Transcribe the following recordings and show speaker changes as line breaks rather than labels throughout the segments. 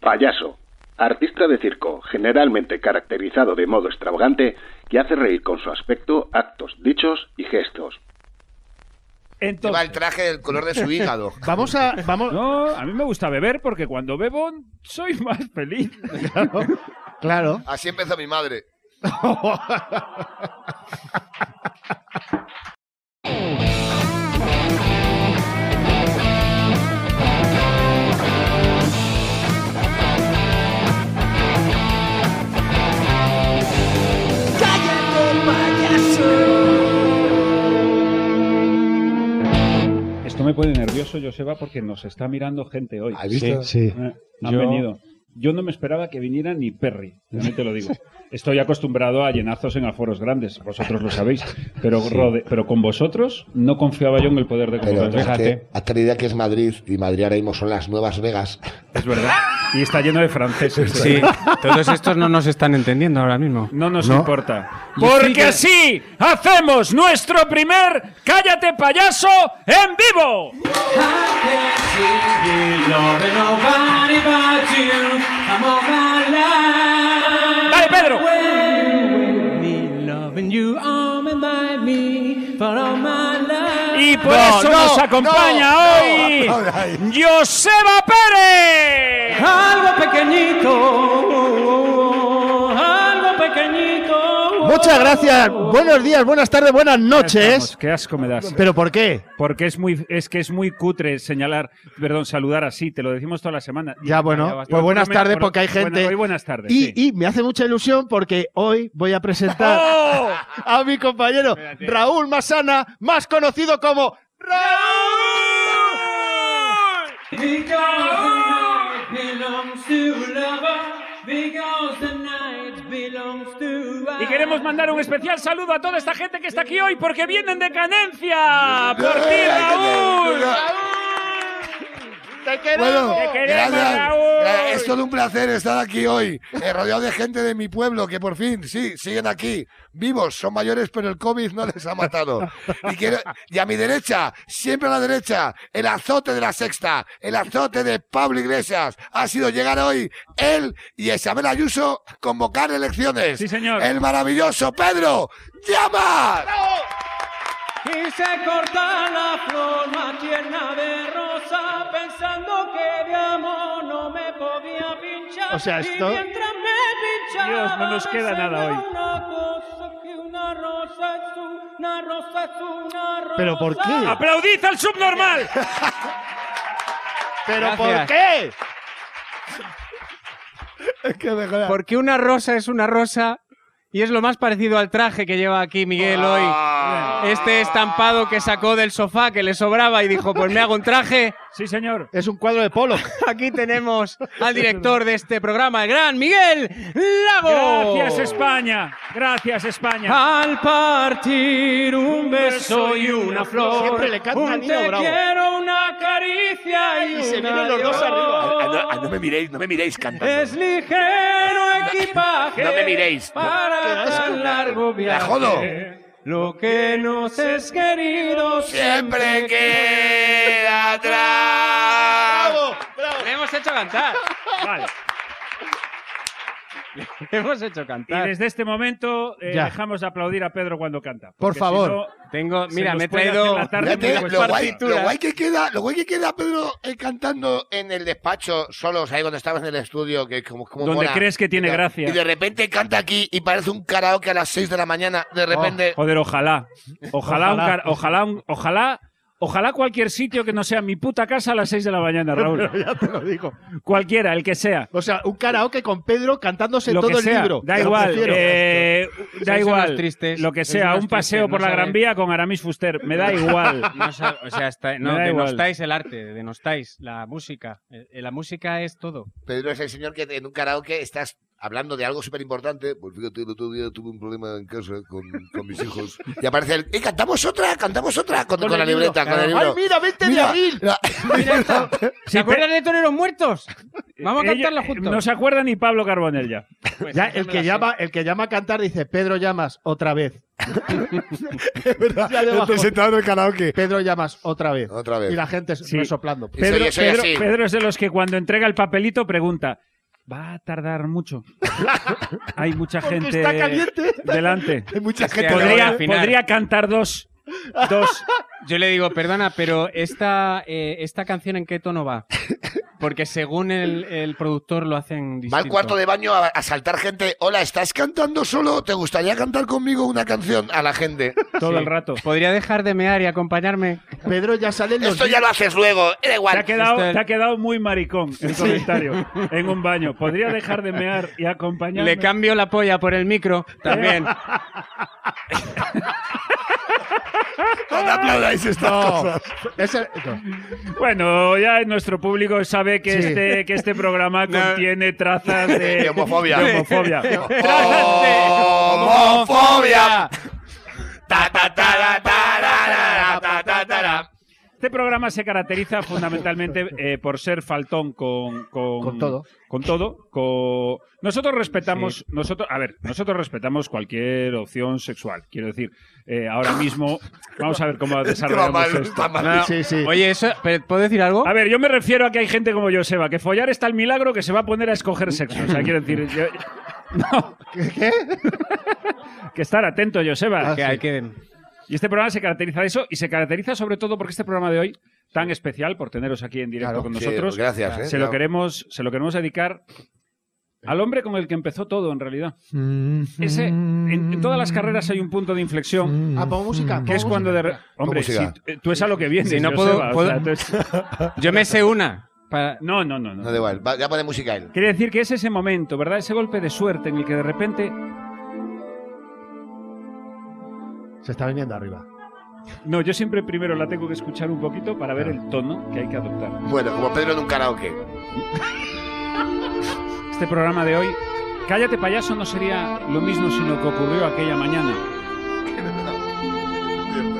Payaso. Artista de circo, generalmente caracterizado de modo extravagante, que hace reír con su aspecto, actos, dichos y gestos.
Lleva el
Entonces,
traje del color de su hígado.
vamos a. Vamos,
No, a mí me gusta beber porque cuando bebo soy más feliz.
Claro.
Así empezó mi madre.
Esto me pone nervioso, Joseba, porque nos está mirando gente hoy.
¿Has visto?
Eh, Han
Yo-
venido. Yo no me esperaba que viniera ni Perry, también te lo digo. Estoy acostumbrado a llenazos en aforos grandes, vosotros lo sabéis, pero, rode- pero con vosotros no confiaba yo en el poder de
Pero
convocatoria.
es que,
fíjate.
hasta la idea que es Madrid y Madrid ahora mismo son las nuevas Vegas.
Es verdad. Y está lleno de franceses.
Sí, todos estos no nos están entendiendo ahora mismo.
No nos
No.
importa. Porque así hacemos nuestro primer Cállate payaso en vivo. Dale, Pedro. Y por
No,
eso
no,
nos acompaña
no,
hoy
no, no,
Joseba Pérez.
Algo pequeñito, algo pequeñito.
Muchas gracias. Buenos días, buenas tardes, buenas noches.
Qué asco me das.
¿Pero por qué?
Porque es muy, es que es muy cutre señalar, perdón, saludar así, te lo decimos toda la semana.
Ya,
ya
bueno,
basta.
pues buenas
Bueno,
tardes
bueno,
porque hay gente.
bueno, hoy buenas tardes,
Y,
sí.
y me hace mucha ilusión porque hoy voy a presentar
¡Oh!
a mi compañero Raúl Masana, más conocido como Raúl.
Y queremos mandar un especial saludo a toda esta gente que está aquí hoy porque vienen de Canencia. Por ti, Raúl.
Te queremos.
Bueno,
Te queremos,
gracias.
Raúl.
Es todo un placer estar aquí hoy, eh, rodeado de gente de mi pueblo que por fin, sí, siguen aquí, vivos, son mayores, pero el COVID no les ha matado. Y, quiero- y a mi derecha, siempre a la derecha, el azote de la sexta, el azote de Pablo Iglesias, ha sido llegar hoy él y Isabel Ayuso convocar elecciones.
Sí, señor.
El maravilloso Pedro Llama.
Y se corta la flor más tierna de rosa, pensando que de amor no me podía pinchar.
O sea, esto-
Y mientras me pinchaba,
Dios, no nos queda
pensaba
nada hoy.
Una cosa que una rosa es una rosa es una rosa.
¿Pero por qué?
Aplaudid al subnormal.
¿Pero por
Gracias.
qué?
Porque una rosa es una rosa y es lo más parecido al traje que lleva aquí Miguel
Ah.
hoy. Este estampado que sacó del sofá que le sobraba y dijo, pues me hago un traje.
Sí, señor.
Es un cuadro de Pollock.
Aquí tenemos al director de este programa, el gran Miguel Lago.
Gracias, España. Gracias,
Ah.
España.
Al partir un beso y una flor,
Siempre le canta a
un
Nino
te
Bravo.
quiero, una caricia y,
Y se
un
vienen los dos
adiós.
arriba.
Ah, no, ah, no me miréis, no me miréis cantando.
Es ligero equipaje
No me miréis, no.
Qué
para
asco.
tan largo
La
viaje.
jodo.
Lo que nos es querido
Siempre queda atrás.
¡Bravo! ¡Bravo!
Le hemos hecho cantar.
Vale.
Le hemos hecho
Y
cantar.
desde este momento eh,
Ya.
dejamos de aplaudir a Pedro cuando canta.
Por
porque si
favor.
no,
Tengo,
se
mira,
nos
me he
puede hacer
traído
la tarde pues
Fíjate,
muy
lo,
corta.
guay,
partituras.
lo guay que queda, lo guay que queda Pedro eh, cantando en el despacho solo, ¿sabes? Cuando estabas en el estudio, que como, como
Donde
mola.
crees que tiene
Y de-
gracia.
Y de repente canta aquí y parece un karaoke a las 6 de la mañana. De repente.
Joder, ojalá. Ojalá, un
Ojalá.
car- ojalá, un- ojalá, ojalá cualquier sitio que no sea mi puta casa a las 6 de la mañana, Raúl.
Pero ya te lo digo.
Cualquiera, el que sea.
O sea, un karaoke con Pedro cantándose
Lo
todo
que
el
sea,
libro.
da
Lo
igual,
prefiero.
eh, da
unos
igual,
tristes,
lo que
sois
sea,
unos
un paseo
tristes,
por
no
la Gran
sabéis.
Vía con Aramis Fuster, me da igual.
No sa- o sea, está- no,
Me da igual.
denostáis el arte, denostáis la música. Eh, La música es todo.
Pedro es el señor que en un karaoke estás hablando de algo súper importante. Pues fíjate, el otro día tuve un problema en casa con, con mis hijos. Y aparece el. ¡Eh, cantamos otra! ¡Cantamos otra! Con,
Con
con
el
la
libro,
libreta, con el
¡Ay,
libro.
mira, 20 de
Mira,
abril!
la-
Mira, está-
Sí,
¿Se acuerdan de Toreros Muertos? Vamos a
Ellos-
cantarla
Eh, No
juntos.
se acuerda ni Pablo Carbonell ya.
Pues
Ya,
esa
el
me
que,
la sé.
llama, el que llama a cantar dice, Pedro Llamas, otra vez. Ya debajo.
Estoy sentado en el karaoke.
Pedro Llamas, otra vez.
Otra vez.
Y la gente
Sí.
resoplando.
soy-
Pedro,
soy
Pedro-
así.
Pedro es de los que cuando entrega el papelito pregunta, va a tardar mucho. Hay mucha
Porque
gente
está caliente.
delante.
Hay mucha
que
gente.
ahora-
que-
Podría,
al final.
podría cantar dos. Dos.
Yo le digo, perdona, pero esta, eh, esta canción en qué tono va? Porque según el, el productor lo hacen distinto.
Va al cuarto de baño a, a saltar gente. Hola, ¿estás cantando solo? ¿Te gustaría cantar conmigo una canción a la gente?
Todo
Sí.
el rato.
¿Podría dejar de mear y acompañarme?
Pedro ya sale en los
Esto ya lo haces luego. Da
Te ha,
igual.
quedado,
Está-
te ha quedado muy maricón el comentario en un baño. Podría dejar de mear y acompañarme.
Le cambio la polla por el micro también.
No
Ah,
aplaudáis estas cosas.
Ese- no.
Bueno, ya nuestro público sabe que,
Sí.
este, que este programa
No.
contiene trazas de,
De homofobia.
de homofobia.
¡Homofobia! Ta, ta, ta, ta, ta, ta, ta, ta, ta, ta.
Este programa se caracteriza fundamentalmente eh, por ser faltón con, con,
Con todo.
Con todo. con- Nosotros respetamos, nosotros, a ver, nosotros respetamos cualquier opción sexual. Quiero decir, eh, ahora mismo, vamos a ver cómo
Esto va
desarrollamos
mal,
esto.
va mal.
Sí, sí.
Oye, eso, ¿pero ¿puedo decir algo?
A ver, yo me refiero a que hay gente como yo, Seba, que follar está el milagro que se va a poner a escoger sexo. O sea, quiero decir, yo- no,
¿Qué?
que estar atento, Joseba.
Ah,
Que hay que...
Y este programa se caracteriza de eso y se caracteriza sobre todo porque este programa de hoy, tan especial por teneros aquí en directo
Claro,
con
Sí,
nosotros,
gracias. ¿eh?
se, lo queremos, se lo queremos dedicar al hombre con el que empezó todo, en realidad. Ese, en, en todas las carreras hay un punto de inflexión.
Ah, pongo música.
Que
pongo
es cuando de. re-
música.
Hombre, si,
música.
eh, tú es a lo que vienes.
Sí, no
Joseba,
puedo-
o sea,
puedo-
tú es-
Yo me sé una. para-
no, no, no, no.
No da igual. Va, ya pone música él.
Quiere decir que es ese momento, ¿verdad? Ese golpe de suerte en el que de repente.
Se está viniendo arriba.
No, yo siempre primero la tengo que escuchar un poquito para ver el tono que hay que adoptar.
Bueno, como Pedro en un karaoke.
Este programa de hoy, Cállate payaso, no sería lo mismo sino que ocurrió aquella mañana.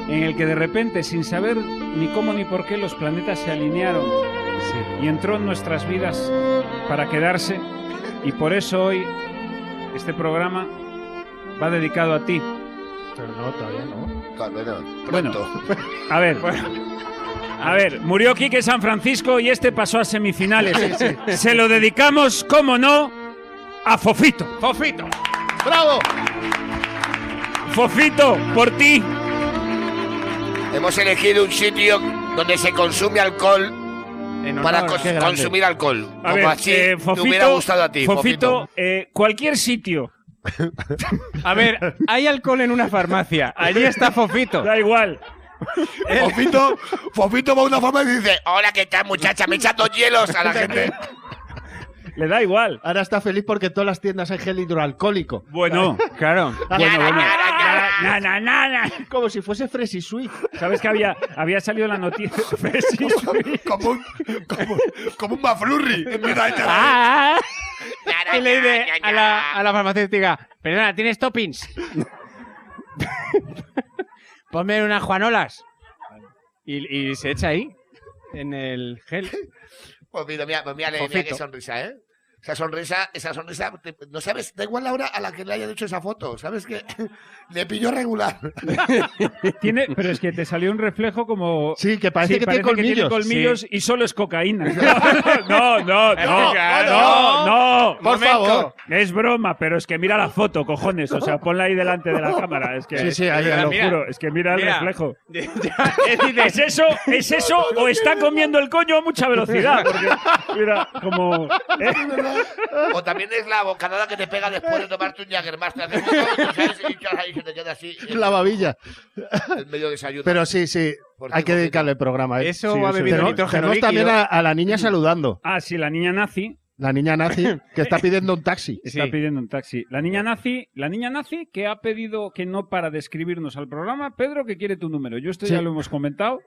En el que de repente, sin saber ni cómo ni por qué, los planetas se alinearon y entró en nuestras vidas para quedarse. Y por eso hoy este programa va dedicado a ti.
Pero no, todavía no.
Claro, Bueno,
Bueno.
pronto.
A ver. A ver, murió Quique San Francisco y este pasó a semifinales. Se lo dedicamos, como no, a Fofito.
¡Fofito!
¡Bravo!
Fofito, por ti.
Hemos elegido un sitio donde se consume alcohol
En
para
honor-
cons-
qué grande.
consumir alcohol.
A
como
ver,
así
eh,
te
Fofito,
hubiera gustado a ti,
Fofito,
Fofito.
eh, cualquier sitio,
A ver, hay alcohol en una farmacia. Allí está Fofito.
da igual.
eh.
Fofito, Fofito va a una forma y dice, hola, ¿qué tal, muchacha? Me echa dos hielos a la gente.
Le da igual.
Ahora está feliz porque en todas las tiendas hay gel hidroalcohólico.
Bueno,
Claro.
bueno, bueno. Na, na, na, na.
Como si fuese Fresh y Sweet.
¿Sabes que había, había salido la noticia? Sí, sí.
como un, como, como un maflurri. Mira, echa la-
¡Ah! Y le dice a la, a la farmacéutica, perdona, ¿tienes toppings? Ponme unas juanolas. Y, y se echa ahí, en el gel.
Pues mira, mira, pues mira, mira qué
Fofito.
sonrisa, ¿eh? Esa sonrisa, esa sonrisa, te- no sabes, da igual la hora a la que le hayan hecho esa foto, ¿sabes que Le pilló regular.
Tiene, pero es que te salió un reflejo como.
Sí, que parece
Sí,
que tiene colmillos.
tiene colmillos y solo es cocaína. No, no, no, no, no,
Por favor.
Es broma, pero es que mira la foto, cojones. O sea, ponla ahí delante de la cámara. Es que,
Sí, sí, ahí,
te
ahí,
lo
mira.
juro, es que mira el
Mira.
reflejo.
Ya,
¿Es eso? ¿Es eso? ¿O está comiendo el coño a mucha velocidad? Porque, mira, como... ¿eh?
O también es la bocanada que te pega después de tomarte un Jägermaster. Haces un- ¿sabes? Y chas, ahí se te queda así en
La babilla.
el medio desayuno.
Pero sí, sí.
Porque
Hay que
Fofito-
dedicarle el programa. ¿eh?
Eso
Sí,
va
eso
bebido
es.
Tenemos,
nitrógeno
tenemos
líquido.
también a, a la niña saludando.
Ah, sí, la niña nazi
La niña nazi que está pidiendo un taxi.
está
Sí.
pidiendo un taxi. La niña nazi, la niña nazi que ha pedido que no para de escribirnos al programa, Pedro, que quiere tu número. Yo esto
Sí.
ya lo hemos comentado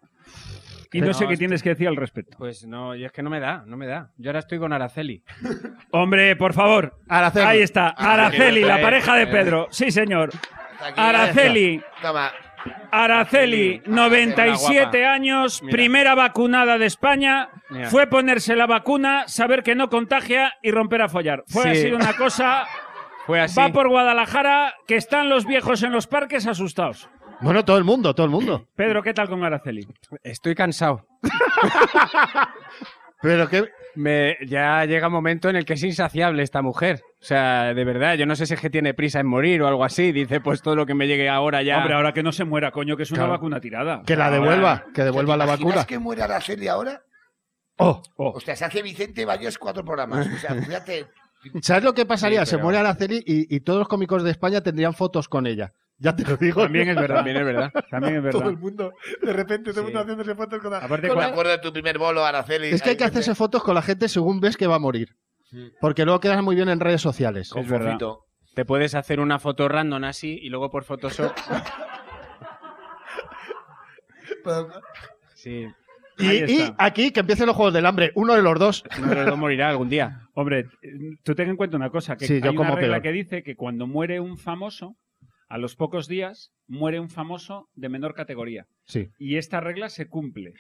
y no
No,
sé qué
esto-
tienes que decir al respecto.
Pues no, yo es que no me da, no me da. Yo ahora estoy con Araceli.
Hombre, por favor.
Araceli.
Ahí está, Araceli, la
Eh,
pareja de
eh.
Pedro. Sí, señor.
Está aquí,
Araceli,
Toma.
Araceli,
Araceli,
97
guapa.
años,
Mira.
primera vacunada de España.
Mira.
Fue ponerse la vacuna, saber que no contagia y romper a follar. Fue
Sí.
así una cosa.
Fue así.
Va por Guadalajara, que están los viejos en los parques asustados.
Bueno, todo el mundo, todo el mundo.
Pedro, ¿qué tal con Araceli?
Estoy cansado.
Pero que
Me- ya llega un momento en el que es insaciable esta mujer. O sea, de verdad, yo no sé si es que tiene prisa en morir o algo así. Dice, pues todo lo que me llegue ahora ya.
Hombre, ahora que no se muera, coño, que es una
Claro.
vacuna tirada.
Que la
Ahora-
devuelva, que
¿Te
devuelva la
imaginas
vacuna.
que muera Araceli ahora?
Oh,
O sea, se hace Vicente Valles cuatro programas. O sea, fíjate.
¿Sabes lo que pasaría?
Sí,
Se
pero-
muere Araceli y, y todos los cómicos de España tendrían fotos con ella. Ya te lo digo. ¿eh?
También es verdad.
También es verdad.
También es
Todo
verdad.
el mundo, de repente, todo el
Sí.
mundo haciéndose fotos con la-
Aparte,
con
Me
la-
acuerdo de tu primer bolo, Araceli.
Es que hay que
Ahí,
hacerse fotos con la gente según ves que va a morir. Porque luego quedas muy bien en redes sociales.
Es verdad.
Fofito.
Te puedes hacer una foto random así y luego por Photoshop. Sí.
Y,
Ahí
y
está.
aquí que empiecen los juegos del hambre, uno de los dos.
No, pero no morirá algún día.
Hombre, eh, tú ten en cuenta una cosa, que
Sí,
hay
yo
una
como
regla
peor.
que dice que cuando muere un famoso, a los pocos días muere un famoso de menor categoría.
Sí.
Y esta regla se cumple.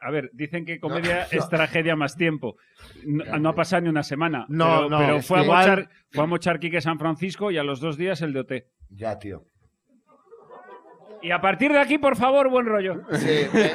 A ver, dicen que comedia es tragedia más tiempo. No, no ha pasado ni una semana.
No,
pero,
no,
pero
es
fue, a
que igual-
mochar, fue a mochar Quique San Francisco y a los dos días el de OT.
Ya, tío.
Y a partir de aquí, por favor, buen rollo.
Sí, eh, eh,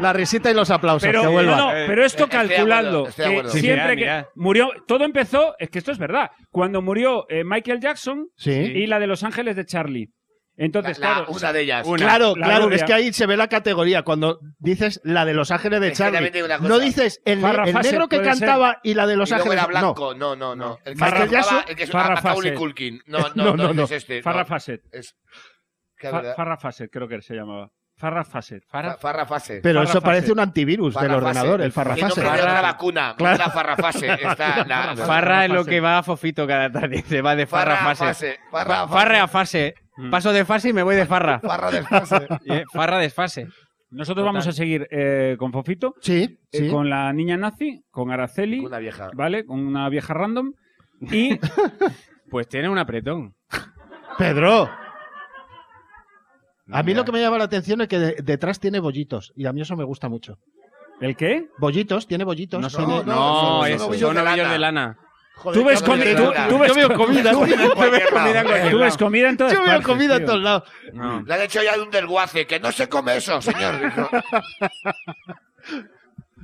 La risita y los aplausos.
Pero,
que
no,
vuelva.
no, pero esto
estoy de acuerdo,
calculando.
estoy de acuerdo.
siempre
Sí, mirad, mirad.
que murió, todo empezó, es que esto es verdad. Cuando murió eh, Michael Jackson
Sí.
y la de Los Ángeles de Charlie. Entonces,
la-
claro,
una de ellas.
claro,
la
claro,
rubia.
es que ahí se ve la categoría cuando dices la de Los Ángeles de
Es que
Charlie.
también te digo una cosa.
No dices el,
Farrah
el
Fawcett
negro que
puede ser.
cantaba y la de Los
y luego
Ángeles.
era
no.
blanco. No, no, no. El que
Michael
cantaba-
Jackson,
el que es
Farrah
a- Macaulay
Fawcett.
Culkin. No, no,
No,
no,
no,
no,
no.
es este. no.
Farrah Fawcett.
Es, que
Fa-
es verdad.
Farrah Fawcett, creo que se llamaba. Farrah Fawcett.
Fa- Farrah Fawcett.
Pero
Farrah
eso parece
Fawcett.
un antivirus Pues del
Farrafase.
ordenador, el
Que no
farrafase.
me dé otra
Farrah-
vacuna.
Claro.
La farrafase. Está la,
Farra es lo que va a Fofito cada tarde. Se va de farra a fase.
farrafase. Farra,
Farra a fase. Paso de fase y me voy de farra.
farra del fase.
Y, eh, Farra desfase.
Nosotros vamos a seguir eh, con Fofito,
Sí,
eh,
sí.
con la niña nazi, con Araceli,
Una vieja.
¿vale? Con una vieja random. Y
Pues tiene un apretón.
Pedro. A mí lo que me llama la atención es que de- detrás tiene bollitos. Y a mí eso me gusta mucho.
¿el qué?
Bollitos, tiene bollitos.
No, no,
tiene-
No,
son-
es-
son
son,
ovillos de
ovillos
lana.
de lana.
Joder,
Tú ves,
yo
comi-
veo
tú-
comida.
tú ves-
comida.
Tú ves comida en cualquier
tú ves comida en todas
Yo veo
partes,
comida en
tío.
todos lados.
No.
Le han hecho ya de un desguace. Que no se come eso, señor. Dijo.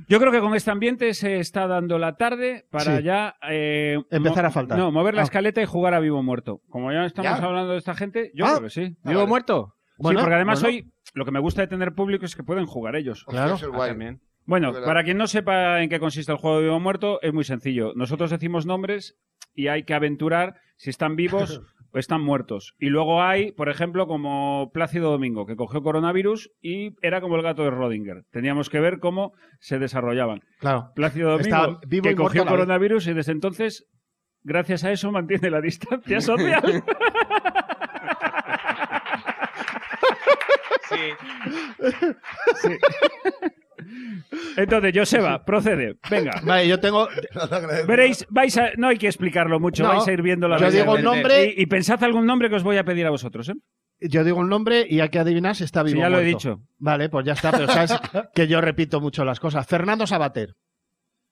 Yo creo que con este ambiente se está dando la tarde para
Sí.
ya... eh,
Empezar
mo-
a faltar.
No, mover la
Ah.
escaleta y jugar a vivo o muerto. Como ya estamos
¿Ya?
hablando de esta gente, yo
Ah.
creo que sí.
Ah,
¿Vivo
vale.
muerto?
Bueno,
sí, porque además
bueno.
hoy lo que me gusta de tener público es que pueden jugar ellos.
Hostia,
Claro.
eso es
Ah,
guay.
también.
Bueno,
Claro.
para quien no sepa en qué consiste el juego de vivo o muerto, es muy sencillo. Nosotros decimos nombres y hay que aventurar si están vivos o están muertos. Y luego hay, por ejemplo, como Plácido Domingo, que cogió coronavirus y era como el gato de Rodinger. Teníamos que ver cómo se desarrollaban.
Claro.
Plácido Domingo,
Está vivo
que
y muerto
cogió
a la vez.
coronavirus y desde entonces, gracias a eso, mantiene la distancia social.
Sí.
Entonces, Joseba, procede. Venga.
Vale, yo tengo.
Veréis, vais a, no hay que explicarlo mucho,
No,
vais a ir viendo la
Yo
vida.
digo
el
un nombre,
Y, y pensad algún nombre que os voy a pedir a vosotros, ¿eh?
yo digo un nombre y hay que adivinar si está
Si
vivo.
ya
o
lo he
muerto.
dicho.
Vale, pues ya está, pero sabes que yo repito mucho las cosas. Fernando Sabater.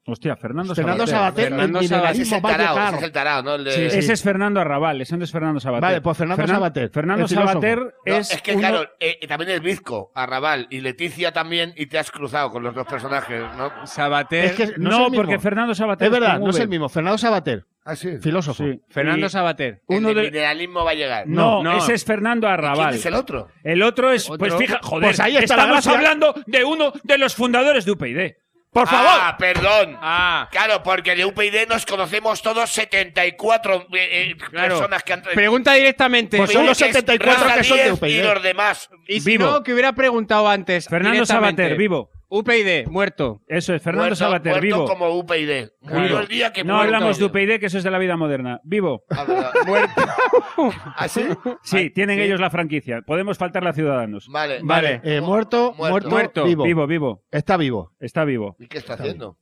Hostia, Fernando,
Fernando
Sabater.
Sabater,
Fernando
el
Sabater.
Ese es
mineralismo
el
más de
tarao. ese
Carro.
es el tarao, ¿no? El de-
Sí, sí.
Ese es Fernando Arrabal, ese no es Fernando Sabater.
Vale, pues Fernando Sabater,
Fernando
el filósofo.
Sabater
No,
es,
es, que,
uno-
claro, eh, eh, también es Bizco, Arrabal y Leticia también, y te has cruzado con los dos personajes, ¿no?
Sabater.
Es que
No,
no, es el mismo.
porque Fernando Sabater
Es verdad,
con
no es
V.
el mismo. Fernando Sabater,
Ah, sí.
filósofo. Eh,
Sí.
Fernando
Y-
Sabater.
uno
el de
de-
mineralismo va a llegar.
No,
No, no.
ese es Fernando Arrabal.
¿Quién es el otro?
El otro es, pues
Otro.
fija, joder,
Pues ahí está la
estamos
gracia.
hablando de uno de los fundadores de UPyD.
¡Por favor! ¡Ah, perdón!
Ah,
Claro, porque de UPyD nos conocemos todos 74 eh, eh,
Claro.
personas que han...
pregunta directamente.
Pues son los 74
Rafa
que son de
Díez Y
UPyD.
los demás.
y si
vivo.
no, que hubiera preguntado antes.
Fernando
directamente.
Sabater, vivo.
UPyD, muerto.
Eso es, Fernando
Muerto-
Sabater,
muerto
vivo.
como UPyD.
Claro.
Murió el día que
no
muerto.
hablamos de UPyD, que eso es de la vida moderna. Vivo.
Ah, verdad. ¿Ah, ¿Así?
Sí, tienen ellos la franquicia. Podemos faltarle a Ciudadanos.
Vale.
Vale, eh, muerto, muerto,
Muerto.
vivo.
Vivo, vivo.
Está vivo.
Está vivo.
¿Y qué está haciendo?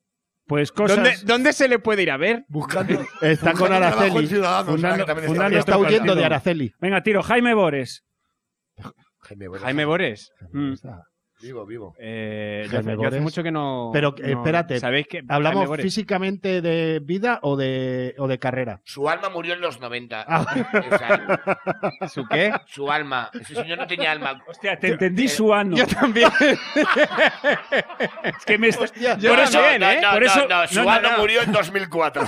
Pues cosas...
¿Dónde, ¿Dónde se le puede ir a ver?
Buscando.
Está con Araceli.
Ciudadanos,
Fundando-
que también
fundando-
está
Está
otro
huyendo
partido.
de Araceli.
Venga, tiro. Jaime Bores.
bien. Jaime, bueno.
Jaime Bores.
Mm.
Vivo, vivo.
Eh, yo,
Jaime
hace, yo hace
Gores.
mucho que no.
Pero, eh,
no-
espérate,
¿Sabéis que
¿Hablamos
Jaime Gores-
físicamente de vida o de, o de carrera?
Su alma murió en los 90.
Ah.
Exacto.
¿Su qué?
Su alma. Ese señor no tenía alma.
Hostia, te entendí su ano.
Yo también.
Es que me está-
Yo
por
no,
eso,
no, no,
¿eh? por
no,
eso,
no, su
no, no,
alma
no.
murió
en 2004.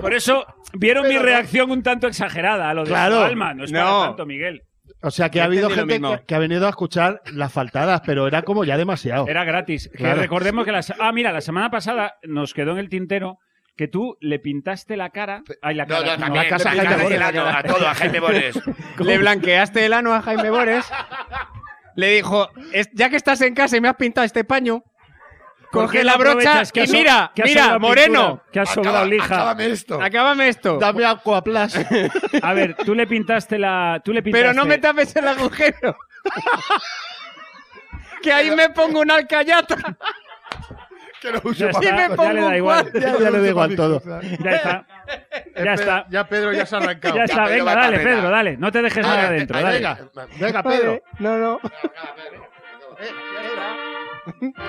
Por eso vieron mi reacción un tanto exagerada a lo de
Claro.
su alma. No es para
No.
tanto, Miguel.
O sea que ha
Yo
habido
entendí lo
gente
mismo.
que, que ha venido a escuchar las faltadas, pero era como ya demasiado.
Era gratis. Que
Claro.
recordemos que la... se- Ah, mira, la semana pasada nos quedó en el tintero que tú le pintaste la cara... Ay, la
No,
cara.
no, también.
la casa
le
Jaime
picaron
Bones.
el ano a todo, a Jaime Bones.
Le blanqueaste el ano a Jaime Bores. Le dijo, "Es- ya que estás en casa y me has pintado este paño,
¿Por
coge
qué
la
no
brocha
aprovechas que ha
y
so-
mira,
que ha
mira,
sobrado
moreno,
pintura, Que ha sobrado lija.
Acábame esto.
acábame esto.
Dame Aquaplas.
A ver, tú le pintaste la... Tú le pintaste...
Pero no me tapes el agujero. que ahí me pongo una alcayata.
Que lo
Ya
uso
está,
para...
Y me
ya
pongo
le da
un
igual.
cuadro.
ya, ya le da igual todo.
Ya está. Ya está.
Ya Pedro ya se ha arrancado.
Ya está,
Pedro
venga,
va
dale,
carrera.
Pedro, dale. No te dejes
Ah,
nada
eh,
adentro,
eh,
dale.
venga.
Venga, Pedro.
No, no.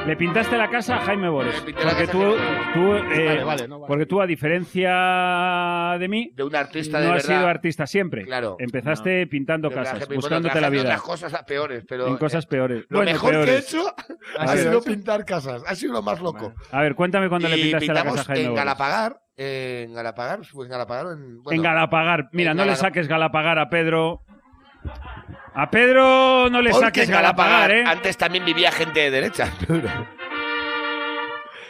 Le pintaste la casa a Jaime Boris.
Le pinté la
Porque
casa
tú,
a Jaime
tú, eh,
Vale, vale, no, vale.
porque tú, a diferencia de mí,
De un artista de
no has
verdad.
sido artista siempre.
Claro.
Empezaste pintando
De verdad,
casas,
Jaime, bueno,
buscándote la
trabajando
vida
otras cosas a peores, pero... eh,
en cosas peores.
lo
Bueno,
mejor que he
peores.
hecho ha sido pintar casas. Ha sido lo más loco.
A ver, cuéntame cuando le
y
pintaste la
pintamos
casa a Jaime
en
Boris.
Galapagar. eh, En Galapagar, fue en Galapagar o en... bueno,
en Galapagar. Mira,
en
no le
Galapagar.
saques Galapagar a Pedro. A Pedro no le
porque
saques
en Galapagar
Galapagar, ¿eh?
antes también vivía gente de derecha.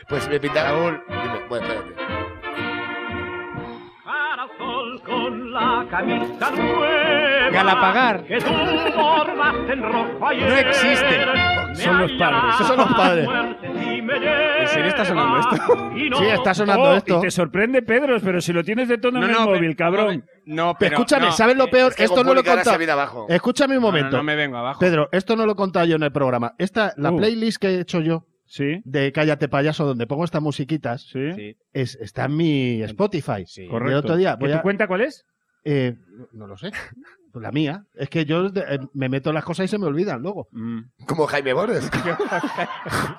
pues me pintaron... Dime, Bueno, espérate.
Cara al sol con la camisa nueva.
Galapagar.
Que tú bordaste en rojo ayer.
No existe.
Me
Son los padres.
hallarás
Esos son los padres.
a muerte si me
¿En serio está sonando
llevas
esto?
y
Sí, está sonando
Oh,
esto.
Y te sorprende, Pedro, pero si lo tienes de tono en el móvil,
pero-
cabrón.
No,
Pero
pero
escúchame,
no.
¿sabes lo peor?
Es que
Esto no lo he
comunicar esa
contado. Eh,
vida abajo.
Escúchame un
No, no,
momento.
no me vengo abajo.
Pedro, esto no lo he contado yo en el programa. Esta, la
Uh.
playlist que he hecho yo
Sí,
de Cállate Payaso, donde pongo estas musiquitas,
sí.
Sí.
es, está en mi Spotify.
Correcto.
El otro día
¿Que
voy
tu
a-
cuenta cuál es?
eh, no lo sé. Pues La mía. Es que yo eh, me meto las cosas y se me olvidan luego.
Mm.
Como Jaime Bones.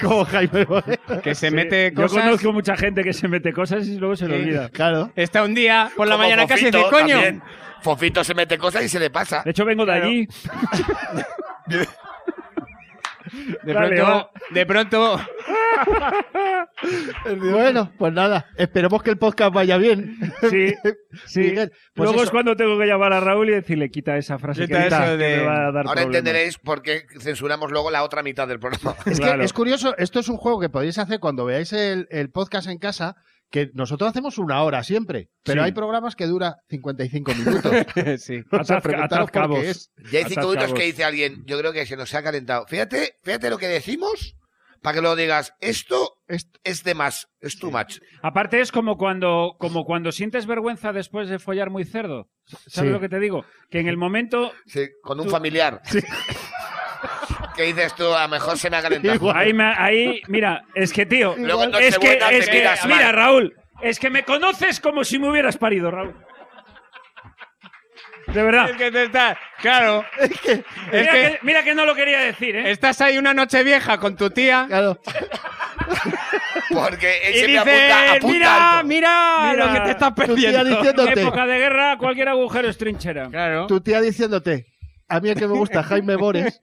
Como Jaime Bonet.
Que se
Sí.
mete cosas.
Yo conozco mucha gente que se mete cosas y luego se le
Sí.
olvida.
Claro.
Está un día por la
Como
mañana casi y
Fofito
dice, coño.
también. Fofito se mete cosas y se le pasa.
De hecho, vengo
Claro.
de allí.
De
Dale,
pronto, de pronto,
Bueno, pues nada. Esperemos que el podcast vaya bien.
Sí, sí.
Miguel, pues
luego es
eso.
cuando tengo que llamar a Raúl y decirle, quita esa frase
Quita
que,
eso
que
de-
me va a dar
Ahora
problemas".
entenderéis por qué censuramos luego la otra mitad del programa.
Es que
Claro.
es curioso, esto es un juego que podéis hacer cuando veáis el, el podcast en casa, que nosotros hacemos una hora siempre, pero
Sí.
hay programas que dura 55 minutos.
sí.
O sea,
Atad-
preguntaros
atad
por qué
cabos.
es.
Ya hay cinco
Atascados.
minutos que dice alguien, yo creo que se nos ha calentado. Fíjate, fíjate lo que decimos para que lo digas. Esto
Esto-
es de más, es too much.
Aparte es como cuando, como cuando sientes vergüenza después de follar muy cerdo. ¿Sabes
Sí.
lo que te digo? Que en el momento...
Sí, con un familiar. ¿Qué dices tú? A lo mejor se me ha calentado.
Ahí, me- ahí mira, es que tío...
Luego en
es que,
Nochebuena te
es que-
miras mal.
mira, Raúl, es que me conoces como si me hubieras parido, Raúl. De verdad.
Es que te estás, claro, es
mira, que,
que
mira que no lo quería decir, ¿eh?
estás ahí una noche vieja con tu tía
Claro.
Porque él
y
siempre
dices,
apunta, apunta
mira,
alto.
mira,
Mira,
lo que te
Tu
estás
tía
perdiendo.
En
diciéndote,
época de guerra, cualquier agujero es trinchera.
Claro.
tu tía diciéndote, a mí el que me gusta Jaime Bores,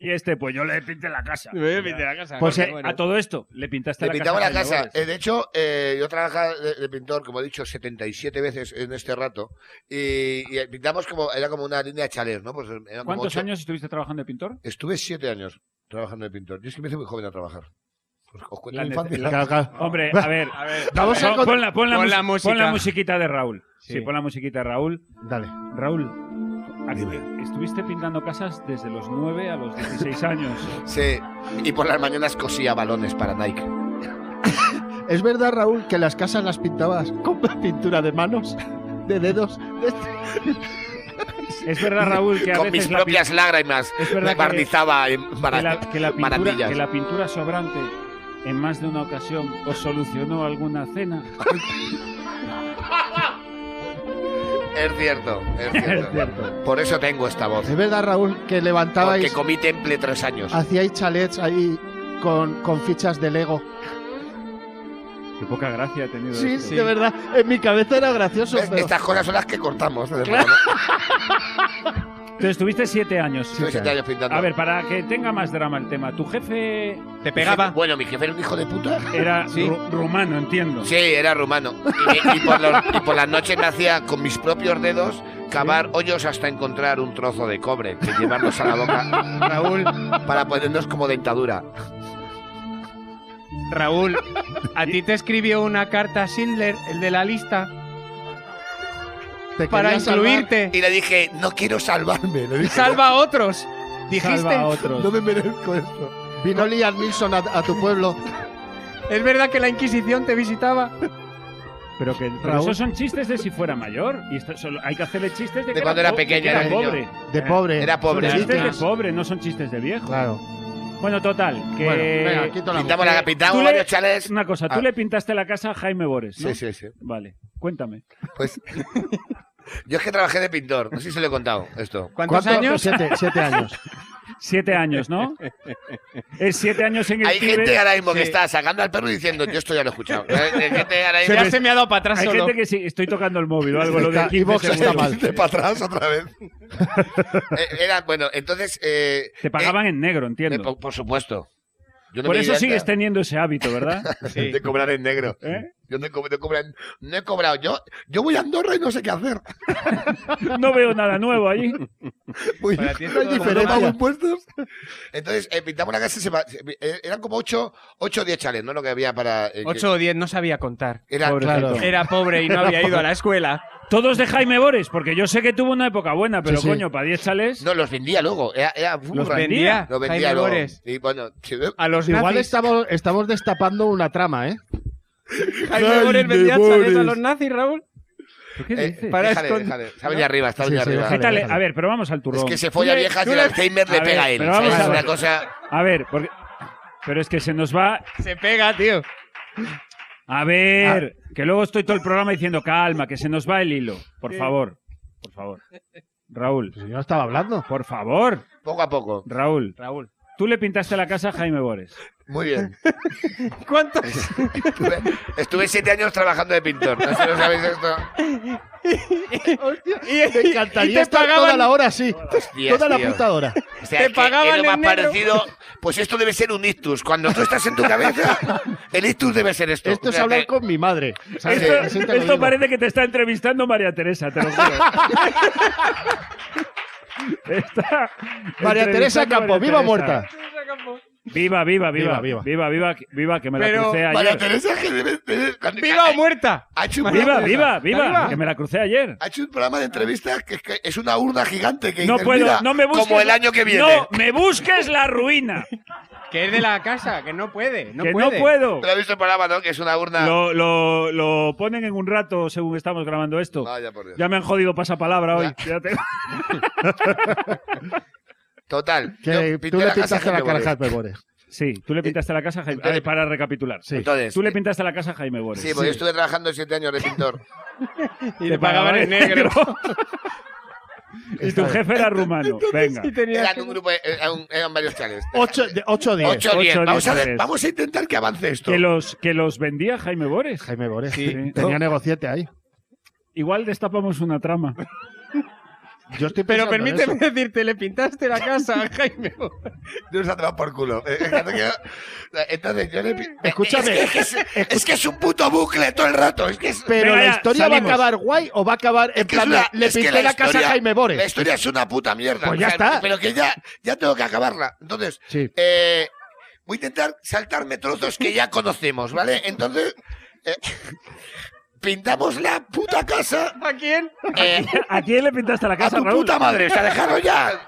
Y este, pues yo le pinté la casa.
Me voy a meter a casa.
Pues,
Porque-
eh,
A todo esto, le
Le
pintaste la
pintaba
casa.
la
a Jaime
casa.
Bones.
Eh,
Eh, de hecho, eh, yo trabajaba de, de pintor, como he dicho, 77 veces en este rato. Y, y pintamos como, era como una línea de chalés, ¿no? Pues eran como
¿Cuántos
ocho-
años estuviste trabajando de pintor?
Estuve siete años trabajando de pintor. Yo es que empecé muy joven a trabajar. Os,
Pues,
os cuento
La
mi
neta-
infancia.
Claro, claro.
Hombre, a ver.
A ver,
Vamos a
pon,
encont-
pon la, pon la
Pon la
mus-
música.
pon la musiquita de Raúl. Sí,
Sí.
pon la musiquita de Raúl.
Dale.
Raúl, estuviste pintando casas desde los 9 a los 16 años.
Sí. Y por las mañanas cosía balones para Nike.
¿Es verdad, Raúl, que las casas las pintabas con pintura de manos, de dedos?
Es verdad, Raúl, que a
Con mis
veces la, pin-
propias lágrimas
Es verdad
me
que-
barnizaba en
que,
bara-
la, que la pintura,
maravillas.
que la pintura sobrante en más de una ocasión os solucionó alguna cena.
Es cierto, es cierto.
Es cierto.
Por eso tengo esta voz.
Es verdad, Raúl, que levantabais,
Porque comí temple tres años.
hacíais chalets ahí con, con fichas de Lego.
Qué poca gracia ha tenido.
Sí,
esto.
de verdad. En mi cabeza era gracioso,
¿Ves?
pero
Eh, Estas cosas son las que cortamos. de verdad, ¿no?
Entonces estuviste siete años.
Estuve siete años pintando.
A ver, para que tenga más drama el tema, tu jefe
Te pegaba.
Bueno, mi jefe era un hijo de puta.
era
Sí.
ru- rumano, entiendo.
Sí, era rumano. Y, me- y por los- y por las noches me hacía con mis propios dedos cavar hoyos hasta encontrar un trozo de cobre y llevarlos a la boca
Raúl,
para ponernos como dentadura.
Raúl, a ti te escribió una carta Schindler, el de la lista,
te
para
quería salvar.
incluirte.
Y le dije, no quiero salvarme. Le dije,
Salva a otros. Dijiste.
Salva a otros.
No me merezco esto.
Vino Liam Nilsson a, a tu pueblo.
Es verdad que la Inquisición te visitaba.
Pero que pero
Raúl.
esos son chistes de si fuera mayor. Y esto, solo- hay que hacerle chistes de,
De
que
cuando
era
era
po-
pequeño,
que era
era niño.
pobre.
De pobre.
Era pobre.
Son
Pobrecito.
chistes de pobre, no son chistes de viejo.
Claro.
Bueno, total, que
Bueno, venga, quito la
Pintamos, la,
Tú
pintamos
le-
varios chales.
una cosa, tú
Ah.
le pintaste la casa a Jaime Bores, ¿no?
Sí, sí, sí.
Vale, cuéntame.
Pues yo es que trabajé de pintor. No sé si se lo he contado esto.
¿Cuántos
¿Cuánto?
años?
Siete, siete años.
Siete años, ¿no? es siete años en el
Hay
Tíbet.
gente ahora mismo que
Sí.
está sacando al perro y diciendo, yo esto ya lo he escuchado. Hay gente ahora mismo-
Ya se me ha dado para atrás
Hay
solo.
gente que sí, estoy tocando el móvil o algo, lo de
Está-
15
iVox está
segundos.
mal.
De para atrás otra vez.
Eh, Era, bueno, entonces... eh,
Te pagaban en negro,
eh, eh,
entiendo.
por, por supuesto. Yo no
Por
me
eso
di
sigues
cuenta
teniendo ese hábito, ¿verdad?
este Sí.
De cobrar en negro.
¿Eh?
Yo no he, co- no he cobrado, no he cobrado. Yo, yo voy a Andorra y no sé qué hacer.
No veo nada nuevo allí.
Uy,
Para ti es
no hay
todo
diferencia.
normal.
impuestos?
Entonces, eh, pintamos la casa. y se va- se- eh, eran como 8 o 10 chales, ¿no? Lo que había para. eh, que-
Ocho o diez, no sabía contar.
era,
Pobrecito.
claro.
Era pobre y no había ido a la escuela.
Todos de Jaime Bores, porque yo sé que tuvo una época buena, pero
Sí, sí.
coño, para 10 chales.
No, los vendía luego. Era, era-
Los
Lo vendía,
Vendía,
Lo vendía
Jaime Ah,
luego.
Bores.
Y bueno, sí,
A los
Igual
nazis.
estamos, estamos destapando una trama, ¿eh?
Jaime Bores vendía chalets a los nazis, Raúl.
¿Pero ¿Qué
eh,
dices?
para
déjale,
escond-
déjale. Está muy arriba, está
Sí,
muy
sí,
arriba.
¿Qué
déjale.
tal? eh? A ver, pero vamos al
Es
turrón.
que se folla
le-
viejas
tú
y el
le-
Alzheimer le
A ver,
pega a él.
pero vamos
¿sabes?
a ver.
Una cosa.
A ver, porque... pero es que se nos va.
Se pega, tío.
A ver,
Ah.
que luego estoy todo el programa diciendo calma, que se nos va el hilo. Por favor, por favor. Raúl,
Pues yo no estaba hablando.
por favor,
Poco a poco.
Raúl.
Raúl.
Tú le pintaste la casa a Jaime Bores.
Muy bien.
¿Cuántos?
Estuve, estuve siete años trabajando de pintor. No sé si lo sabéis esto.
Me encantaría estar toda la hora así.
Hostias,
toda la
tío.
puta hora.
O sea,
Te
que es
pagaban
lo más
en negro.
parecido. Pues esto debe ser un ictus. Cuando tú estás en tu cabeza, el ictus debe ser esto.
Esto
O
es
sea,
hablar
que-
con mi madre. ¿sabes?
Esto,
Así te lo
esto
digo.
parece que te está entrevistando María Teresa, te lo juro. Está
María Teresa
entrevistando a
Campo,
María
viva o
Teresa.
muerta.
Viva, viva, viva.
Viva,
Viva,
viva.
viva, viva, que- viva, que me la
Pero-
crucé ayer.
María Teresa, que debe tener-
¿Viva o muerta?
Ha hecho un
Viva,
programa-
viva,
Viva.
viva, que me la crucé ayer.
Ha hecho un programa de entrevistas que, que es una urna gigante que
No
dices,
puedo,
"Mira,
no me busques.
como el año que viene.
No, me busques la ruina.
Que es de la casa, que no puede. No
que
puede.
no puedo.
Pero has visto el programa, ¿no? Que es una urna.
Lo, lo, lo ponen en un rato según estamos grabando esto.
Vaya por Dios.
Ya me han jodido pasapalabra hoy. Ya te-
Total. yo
Que
pinté
tú le
casa
pintaste la
Jaime
cara a
Borges.
Jaime Bores.
Sí, tú le pintaste la casa a Jaime. a ver, para recapitular.
Sí.
Entonces,
Tú le
eh,
pintaste la casa a Jaime Bores.
Sí, porque yo estuve trabajando siete años de pintor.
Y le pagaban en negro.
y tu jefe era rumano. Venga.
Y tenía
Eran
que-
un grupo, de- eran, eran varios chales.
Ocho, de- ocho o diez.
8 o 10.
ocho,
Vamos, a
diez,
ver,
tres.
vamos a intentar que avance esto.
Que los, que los vendía Jaime Bores.
Jaime Bores.
Sí. Oh.
Tenía negociete ahí.
Igual destapamos una trama.
Yo estoy
Pero
pensando en
permíteme
eso.
decirte, le pintaste la casa a Jaime.
Nos ha tomado por culo. Eh, eh, yo- Entonces, yo le pi-
Escúchame.
Es que es, es que es un puto bucle todo el rato. Es que es.
Pero
Venga,
la
ya,
historia
salimos.
va a acabar guay o va a acabar en
es que es
plan.
una-
de, le
es que
pinté la, casa
historia-
a Jaime
La
Bores.
historia es una puta mierda.
Pues ya está.
Pero que ya, ya tengo que acabarla. Entonces,
Sí.
eh, voy a intentar saltarme trozos que ya conocemos, ¿vale? Entonces, eh, pintamos la puta casa
¿A quién?
eh,
¿A quién le pintaste la
a
casa,
tu
Raúl?
puta madre. O sea, dejarlo ya.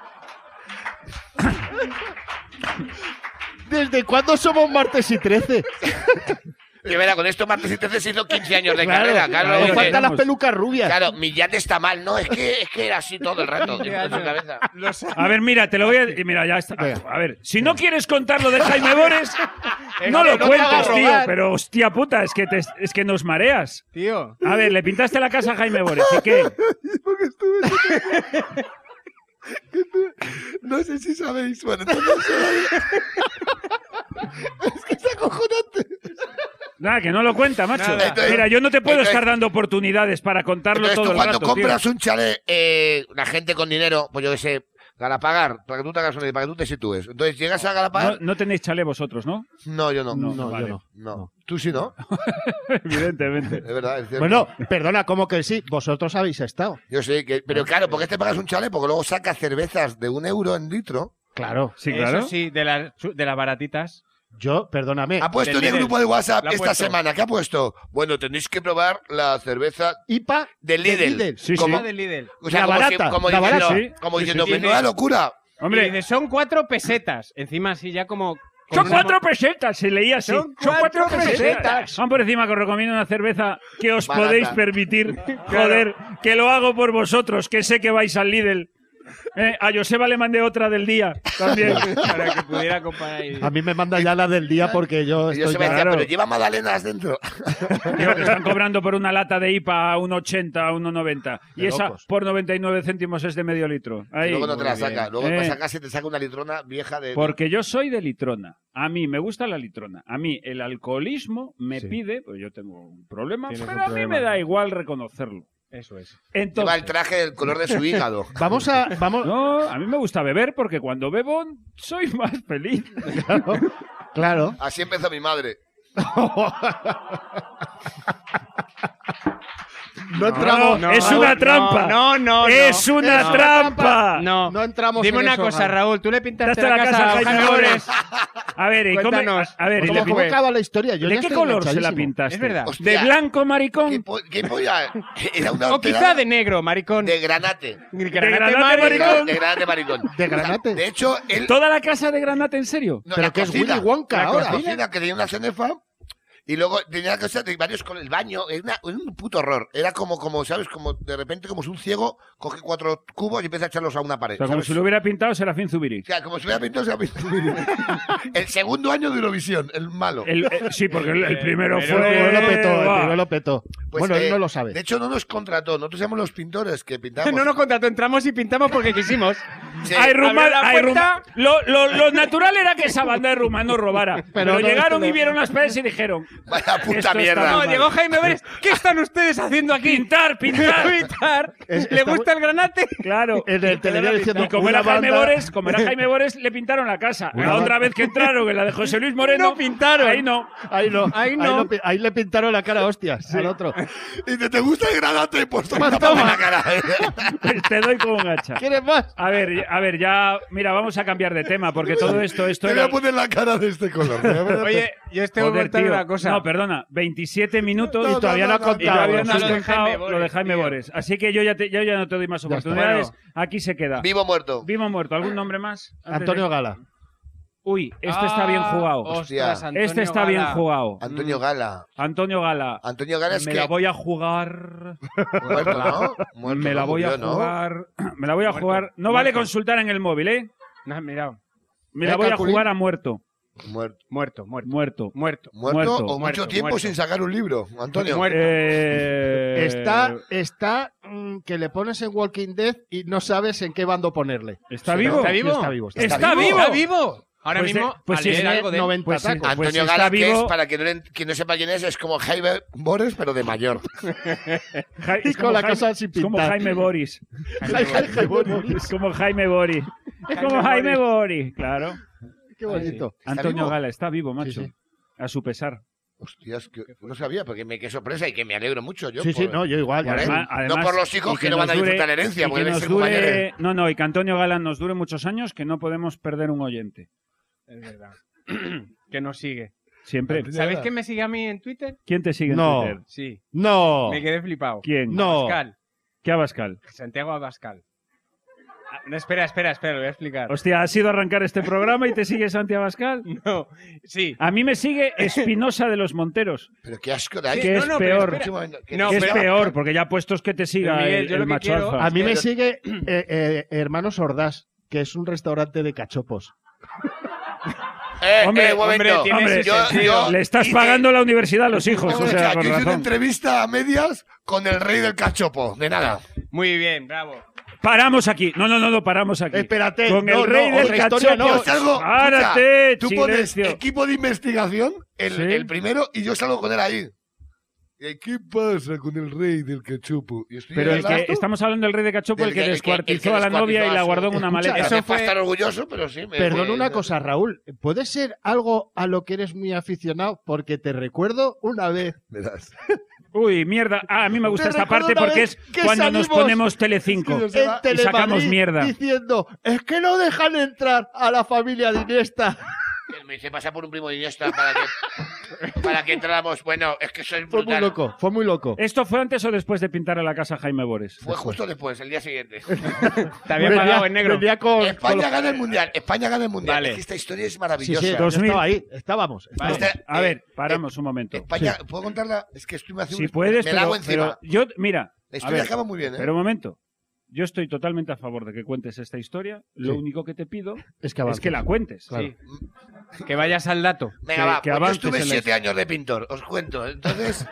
¿Desde cuándo somos martes y trece?
Que verá, con esto Martes y Trece se hizo 15 años de
Claro,
carrera, claro.
me
porque-
faltan las pelucas rubias.
Claro, mi yate está mal, ¿no? Es que, es que era así todo el rato.
pues,
en su cabeza.
A ver, mira, te lo voy a. y Mira, ya está. A ver, si no quieres contar lo de Jaime Bores, no lo
no te hagas
cuentes, tío.
rogar.
Pero hostia puta, es que, te- es que nos mareas.
Tío.
A ver, le pintaste la casa a Jaime Bores. ¿Y qué?
No sé si sabéis. Bueno, entonces. es que es acojonante.
Nada, que no lo cuenta, macho. Mira, yo no te puedo estar dando oportunidades para contarlo
Entonces,
todo
tú
el
cuando
rato, tío.
compras un chalet, eh, la gente con dinero, pues yo qué sé, Galapagar, para que tú te hagas una idea, para que tú te sitúes. Entonces, ¿llegas a
No,
Galapagar?
no tenéis chale vosotros, ¿no?
No, yo no.
No,
No,
No,
vale.
yo no.
Tú sí, ¿no?
Evidentemente.
Es verdad, es cierto.
Bueno, perdona, ¿cómo que sí? Vosotros habéis estado.
Yo sé que... Pero claro, ¿por qué te pagas un chalet? Porque luego sacas cervezas de un euro en litro.
Claro.
Sí, claro.
Eso sí, de las, chu- de las baratitas.
Yo, perdóname.
Ah, pues,
Ha puesto
Del
en el
Lidl.
grupo de WhatsApp
La ha
esta
puesto.
semana. ¿Qué ha puesto?
Bueno, tenéis que probar la cerveza
IPA
de Lidl.
Sí, sí.
¿Cómo?
La de Lidl.
O sea,
La
como,
barata,
si- como
la
diciendo,
barata. Sí,
como
sí,
diciendo
sí, sí.
menuda
locura.
Y
Hombre,
dice, son cuatro pesetas. Encima así ya como... con
Son
una
cuatro pesetas, se leía así.
Son cuatro pesetas.
Son por encima que os recomiendo una cerveza que os
Barata.
podéis permitir. Joder, que lo hago por vosotros, que sé que vais al Lidl. Eh, a Joseba le mandé otra del día también.
Para que pudiera comparar. y-
A mí me manda ya la del día porque yo
Y yo
estoy
se me decía,
ya-
pero lleva magdalenas dentro.
Tío, que están cobrando por una lata de IPA a 1,80, a 1,90. Y
De
esa
locos.
por 99 céntimos es de medio litro.
Y
Ahí.
luego no te la saca. Luego
Eh.
te sacas y te saca una litrona vieja de...
Porque yo soy de litrona. A mí me gusta la litrona. A mí el alcoholismo me pide, pues yo tengo un problema,
Tienes
pero
un
a mí
problema.
me da igual reconocerlo.
Eso es.
Entonces,
Lleva el traje del color de su hígado.
Vamos a. Vamos,
No, a mí me gusta beber porque cuando bebo soy más feliz.
Claro.
Así empezó mi madre.
No entramos.
no, es una trampa.
No, no, no.
¡Es una
No.
trampa!
No.
No entramos
Dime
en
una
eso,
cosa,
Raúl.
Raúl. Tú le
Daste
pintaste la, casa a Jaime Flores.
A ver, ¿y cómo, a,
Cuéntanos.
a ver, ¿y
¿Cómo,
le
cómo
pin-
acaba la historia? Yo
¿de
ya
qué
estoy
color se la
enganchadísimo.
pintaste?
Es verdad.
¿De
Hostia.
blanco, maricón?
¿Qué, po- qué polla? Era una
O
hortelana
quizá de negro, maricón.
de granate.
Granate
granate,
Mari.
maricón.
De granate maricón.
De granate.
De hecho, él...
¿Toda la casa de granate, en serio?
no,
Pero
la
que es
cocina.
Willy Wonka
La
ahora.
cocina que tenía una cenefa y luego tenía cosas de varios con el baño. Era, una- era un puto horror. Era como, como, ¿sabes? Como de repente, como es un ciego, coge cuatro cubos y empieza a echarlos a una pared.
O sea, como
¿sabes?
si lo hubiera pintado Serafín Zubiri.
O sea, como si hubiera pintado se hubiera pintado. El segundo año de Eurovisión, el malo.
El- eh, sí, porque el, el primero
El
fue...
primero lo petó, el
Buah.
primero lo petó.
Pues,
bueno,
eh,
él no lo sabe.
De hecho, no nos contrató. Nosotros somos los pintores que pintamos.
No nos contrató, entramos y pintamos porque quisimos.
Sí.
Hay rumano,
Abrió la
hay
puerta.
ruma- Lo, lo- lo natural era que esa banda de rumanos robara. Pero,
no,
llegaron
esto
y
no.
vieron las paredes y dijeron...
Vaya puta
Esto está
mierda.
mal.
No, llegó Jaime Vélez. ¿Qué están ustedes haciendo aquí?
Pintar, pintar.
Pintar.
Es-
¿Le
está
gusta el granate?
Claro.
En el televisor diciendo,
y como
una
era, Jaime
banda-
Bores, como era Jaime Bores, le pintaron la casa.
Una
la otra
banda-
vez que entraron, en la de José Luis Moreno.
No pintaron.
Ahí no.
Ahí no.
ahí
Ahí,
no.
lo pi- ahí le pintaron la cara, hostias, al otro.
Y dice, ¿te gusta el granate? Pues toma,
Toma,
toma.
toma.
la cara.
eh.
Te doy como un hacha.
¿Quieres más?
A ver, a ver, ya. Mira, vamos a cambiar de tema, porque todo esto, esto
Te voy
era.
a poner la cara de este color. Te voy a poner-
Oye, yo os tengo que
Joder,
contar
tío.
una cosa.
No, perdona. 27 minutos
No,
y
no,
todavía no, ha
no,
contado.
no,
Y todavía
no,
no has
lo de
contado
Jaime Bores,
lo de Jaime
tío.
Bores. Así que yo ya, te, yo ya no te doy más
Ya está.
oportunidades. Aquí se queda.
Vivo muerto.
Vivo muerto. ¿Algún nombre más? Antes de-
Antonio Gala.
Uy, este está bien jugado.
Ah,
Hostia.
ostras, Antonio
este está bien
Gala.
jugado.
Antonio Gala.
Antonio Gala.
Antonio Gala Ah, es
me
que.
la voy a jugar.
Muerto, ¿no? Muerto,
me la
¿no?
voy a
Murió, ¿no?
jugar. Me la voy a
Muerto.
jugar. No
Muerto.
vale consultar en el móvil, ¿eh?
No, mira,
Me
Eh,
la voy a
calculín.
jugar a muerto.
Muerto.
muerto, muerto,
Muerto.
muerto.
Muerto,
Muerto,
o mucho
muerto,
tiempo
muerto.
sin sacar un libro, Antonio.
Muerto.
Eh,
Está, está mm, que le pones en Walking Dead y no sabes en qué bando ponerle.
¿Está
Sí,
vivo?
¿Está
vivo?
vivo? está vivo. está
Está vivo.
Está vivo. Ahora
Pues de-
mismo,
pues
a
si
leer
es-
algo de él.
90
Pues sí,
tacos.
pues si
Antonio
está
Gala, que es,
vivo-
para quien no, le- quien no sepa quién es, es como Jaime Boris, pero de mayor.
Ja-
Y
es
con
como
la
Jaime-
cosa sin
es como
pintar.
Jaime Boris.
Ay, Jaime Boris,
Es como Jaime Boris. Es como Jaime Boris, claro.
Qué bonito.
Antonio
vivo?
Gala está vivo, macho.
sí.
A su pesar.
Hostias, que no sabía, porque me qué sorpresa y que me alegro mucho yo.
Sí, sí,
por-
no, yo igual.
por
ya
él.
ves.
además- además,
no por los
y
hijos
que
que no van a
nos dure-
disfrutar la herencia,
y
porque
que
deben
nos
ser
dure-
compañeros.
No, no, y que Antonio Gala nos dure muchos años que no podemos perder un oyente.
Es verdad. que nos sigue.
Siempre.
¿Sabéis quién me sigue a mí en Twitter?
¿Quién te sigue en
No.
Twitter?
Sí.
No,
Me quedé flipado.
Oh. ¿Quién?
no.
Abascal.
¿Qué Abascal?
Santiago Abascal. Ah, No, espera, espera, espera, lo voy a explicar.
Hostia, ¿has ido a arrancar este programa y te sigue Santi Abascal?
No, sí.
A mí me sigue Espinosa de los Monteros,
Pero qué asco de ahí.
que es
no, no, pero
peor.
espera.
Un momento, que-
No,
que es
pero-
peor, porque ya puestos que te siga
Miguel,
el,
yo lo
el
que
macho
quiero-
alfa.
A mí me sigue eh, eh, Hermanos Ordaz, que es un restaurante de cachopos.
Eh,
Hombre,
eh, un momento.
hombre, tiene
Hombre,
ese
yo-
sentido.
yo-
Le estás
hice-
pagando la universidad a los hijos, o
Escucha,
sea,
yo
con
hice una
razón.
entrevista a medias con el rey del cachopo. De nada.
Muy bien, bravo.
Paramos aquí. No, no, no, no, paramos aquí.
Espérate,
Con
no,
el rey
no,
del
otra historia
cachopo.
no.
Yo salgo.
Párate,
escucha, tú pones
silencio.
equipo de investigación, el,
Sí.
el primero, y yo salgo con él ahí. ¿Y ahí, qué pasa con el rey del cachopo? Y estoy
Pero
ahí
el
al
que
lado.
estamos hablando del rey de cachopo, el
Del
que
que- el que- el que
descuartizó a la
descuartizó
novia y
a
la
su-
guardó en una
Escucha,
maleta.
Eso
Eso fue-
fue estar orgulloso, pero sí. me-
Perdón
me-
una cosa, Raúl. ¿Puede ser algo a lo que eres muy aficionado? Porque te recuerdo una vez.
Verás.
Uy, mierda. Ah, a mí me gusta
Te
esta
recuerdo
parte
una
porque es
vez que
cuando nos
salimos-
ponemos Telecinco.
En Telemadrid
sacamos mierda.
Diciendo, es que no dejan entrar a la familia de Iniesta.
Él Me dice, pasa por un primo de Iniesta para que, para que entráramos. Bueno, es que soy
Fue muy
brutal.
loco, fue muy loco.
Eh,
¿Esto fue antes o después de pintar a la casa Jaime Bores?
Fue justo después, el día siguiente.
Te había
Venía-
pagado en negro.
venía con- con
España gana el mundial. España gana el mundial.
Vale.
Es que esta historia es
los- Sí,
maravillosa.
sí, yo
2000.
estaba ahí, estábamos.
Vale,
Este-
a
eh,
ver, paramos un momento.
España, ¿puedo contarla? Es que estoy me hace
Si
un-
puedes,
me
pero,
la hago
pero
encima.
yo, mira,
la
a
historia
ver,
acaba muy bien, ¿eh?
pero un momento. Yo estoy totalmente a favor de que cuentes esta historia. Lo único que te pido
Es que,
es que la cuentes.
Claro.
Sí.
Que vayas al dato.
Venga,
que-
va.
que
pues yo
avances
estuve
en la
siete años de pintor, os cuento. Entonces,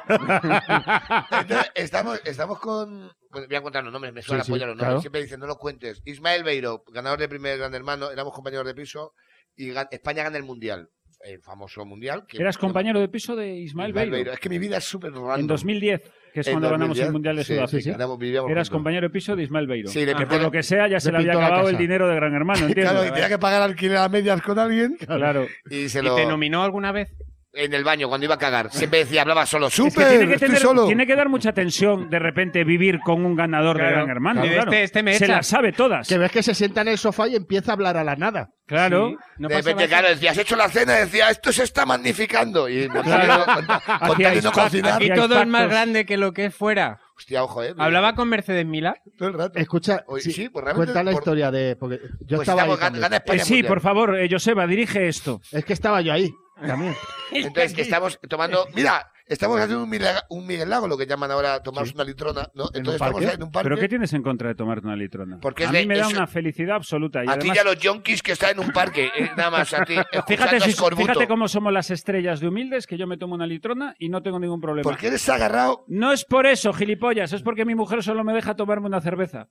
entonces, estamos, estamos con. bueno, Voy a contar los nombres, me suena
Sí, sí,
apoyar los nombres.
claro.
Siempre dicen, no lo cuentes. Ismael Beiro, ganador de primer Gran Hermano, éramos compañeros de piso y gan- España gana el mundial. El famoso mundial. que-
Eras compañero de piso de Ismael Beiro.
Es que mi vida es súper random.
En 2010, que es
En
cuando ganamos
2010,
el Mundial de
sí, sí,
Sudáfrica.
ganamos- vivíamos
Eras
juntos.
compañero de piso de Ismael Beiro.
Sí, le
que
pinté
por
la-
lo que sea ya se le
le
había
pintó la
acabado el
casa.
dinero de Gran Hermano, ¿entiendes?
Claro, y tenía que pagar alquiler a medias con alguien.
Claro.
Y se
¿Y
lo.
te nominó alguna vez?
En el baño, cuando iba a cagar. Siempre decía, hablaba solo.
Es que
¡Súper!
tiene que,
estoy
tener-
solo.
tiene que dar mucha tensión de repente vivir con un ganador
Claro.
de Gran Hermano.
Dice,
claro.
este- este me
se
echa.
las sabe todas.
que ves que se sienta en el sofá y empieza a hablar a la nada.
Claro.
Sí, no
de
pasaba
repente,
nada.
claro, decía, has hecho la cena, decía, esto se está magnificando. Y
Claro.
contando no
Hacíais-
cocinar.
Aquí
Hacíais
todo es más
pactos.
grande que lo que es fuera.
Hostia, ojo, eh.
Hablaba con Mercedes Mila.
todo el rato.
Escucha,
Oye,
sí,
sí, pues realmente
cuenta la
por-
historia de. Porque yo
Pues
estaba ahí.
estamos gan-
también.
gana
Eh,
España
sí,
mundial.
por favor, eh, Joseba, dirige esto.
Es que estaba yo ahí también.
Entonces, estamos tomando. Mira, estamos haciendo un, milag- un Miguel Lago, lo que llaman ahora tomarse una litrona, ¿no?
un
Entonces,
parque.
estamos en un parque.
¿Pero qué tienes en contra de tomarte una litrona?
Porque es
a mí
de-
me da
eso-
una felicidad absoluta. Y
a ti
además,
ya los yonkis que están en un parque, eh, nada más a ti.
fíjate, si-
escorbuto.
fíjate cómo somos las estrellas de humildes, que yo me tomo una litrona y no tengo ningún problema.
¿Por qué eres agarrado?
No es por eso, gilipollas, es porque mi mujer solo me deja tomarme una cerveza.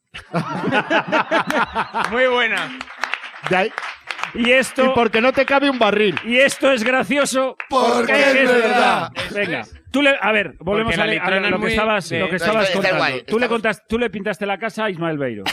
Muy buena.
De ahí-
Y esto,
Y porque no te cabe un barril.
y esto es gracioso.
Porque es verdad.
Venga, tú le, a ver, volvemos
Porque
a,
la
le- a
litrona
lo
es
que
muy
estabas,
de-
lo que
No,
estabas
está- está
contando.
guay,
tú, le
estamos-
contas- tú le pintaste la casa a Ismael Beiro.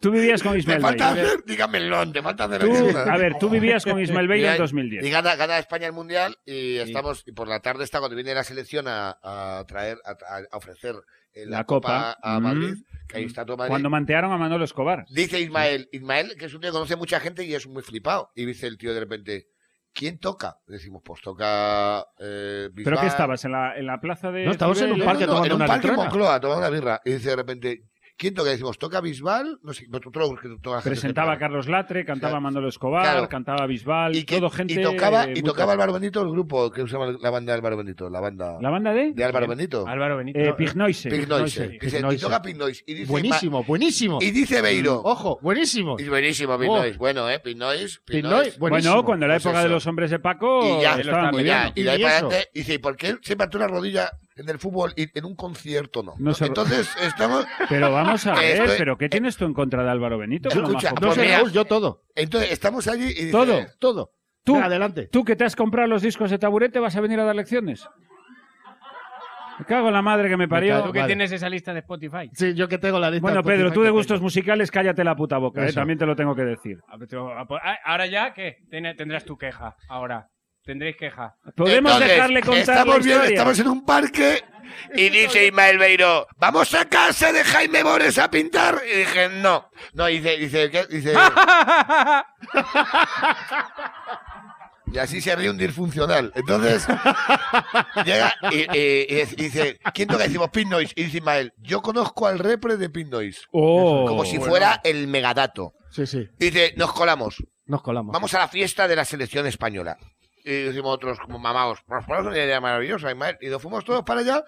tú vivías con
Te
Ismael
falta
Beiro.
hacer, dígamelo, te falta hacer
Tú-
alguna.
a ver, tú vivías con Ismael Beiro en
Mira, Y
2010.
gana, gana España el Mundial y estamos, y por la tarde está cuando viene la selección a, a traer, a, tra- a ofrecer eh, la,
La
copa,
copa.
a
Mm.
Madrid, que ahí está todo Madrid.
Cuando mantearon a Manolo Escobar.
Dice Ismael, Ismael, que es un tío que conoce mucha gente y es muy flipado. Y dice el tío de repente, ¿quién toca? Decimos, pues toca eh,
¿Pero
Bisbal".
qué estabas? ¿En la, en la plaza de.?
No, estábamos en un
Tudela?
parque
No, no, en
tomando
un
una
parque en
litrona.
Moncloa, tomando una birra. Y dice de repente, ¿quién toca? Decimos, toca Bisbal, no sé, pero todos los que toda la gente
Presentaba a
sepa.
Carlos Latre, cantaba
Claro.
Manolo Escobar,
Claro.
cantaba Bisbal,
y, que-
todo gente.
y tocaba,
eh,
y
muy
tocaba
top.
Álvaro Benito, el grupo que usaba la banda de Álvaro Benito, la banda
¿La banda de?
de Álvaro Benito.
Álvaro Benito.
Eh,
No,
Pignoise.
Pig Noise.
Pignoise.
Dice,
Pig
y
Noise.
toca Pig Noise. Y dice,
Buenísimo, buenísimo.
Ma- Y dice Beiro.
Ojo, buenísimo.
Y buenísimo Pig
Oh.
Noise. Bueno, ¿eh? Pig Noise. Pig
Pinoy,
Noise.
buenísimo.
Bueno, cuando la
Pues
época
eso.
de los hombres de Paco
Y ya,
eh,
y
estaba muy bien.
ya, y de ahí
¿Y
para
eso?
adelante, dice, ¿y por qué él siempre hace una rodilla en el fútbol y en un concierto no?
No sé.
Entonces, estamos...
Pero vamos a ver,
Estoy-
¿pero qué tienes tú en contra de Álvaro Benito?
eh, Yo,
Bueno,
escucha,
majo,
No
pues
sé,
mira,
Raúl, yo todo.
Entonces, estamos allí y dice...
Todo, todo.
Tú.
Adelante.
¿Tú que te has comprado los discos de taburete vas a venir a dar lecciones? Me cago en la madre que me
Me
parió.
cago-
Tú que
vale.
tienes esa lista de Spotify.
Sí, yo que tengo la lista.
Bueno, Pedro,
Spotify
tú de
que
gustos
tengo.
musicales, cállate la puta boca, eh,
Eso.
también te lo tengo que decir.
A ver, te voy a po- ah, Ahora ya, ¿qué? Ten- Tendrás tu queja. Ahora. Tendréis queja.
¿Podemos
Entonces,
dejarle contar la
estamos bien,
historia?
estamos en un parque y dice Ismael Beiro, vamos a casa de Jaime Bores a pintar. Y dije, no. No, dice, dice, ¿qué? Dice, Y así se ríe un disfuncional. Entonces, llega y, y- y es- y dice, ¿quién toca? Decimos Pin Noise. Y dice Ismael, yo conozco al repre de Pin Noise.
Oh.
Como si fuera el megadato.
Sí, sí,
Y dice, nos colamos.
nos colamos.
Vamos a la fiesta de la selección española. Y decimos otros como mamados, nos ponemos una idea maravillosa, Ismael. Y nos fuimos todos para allá.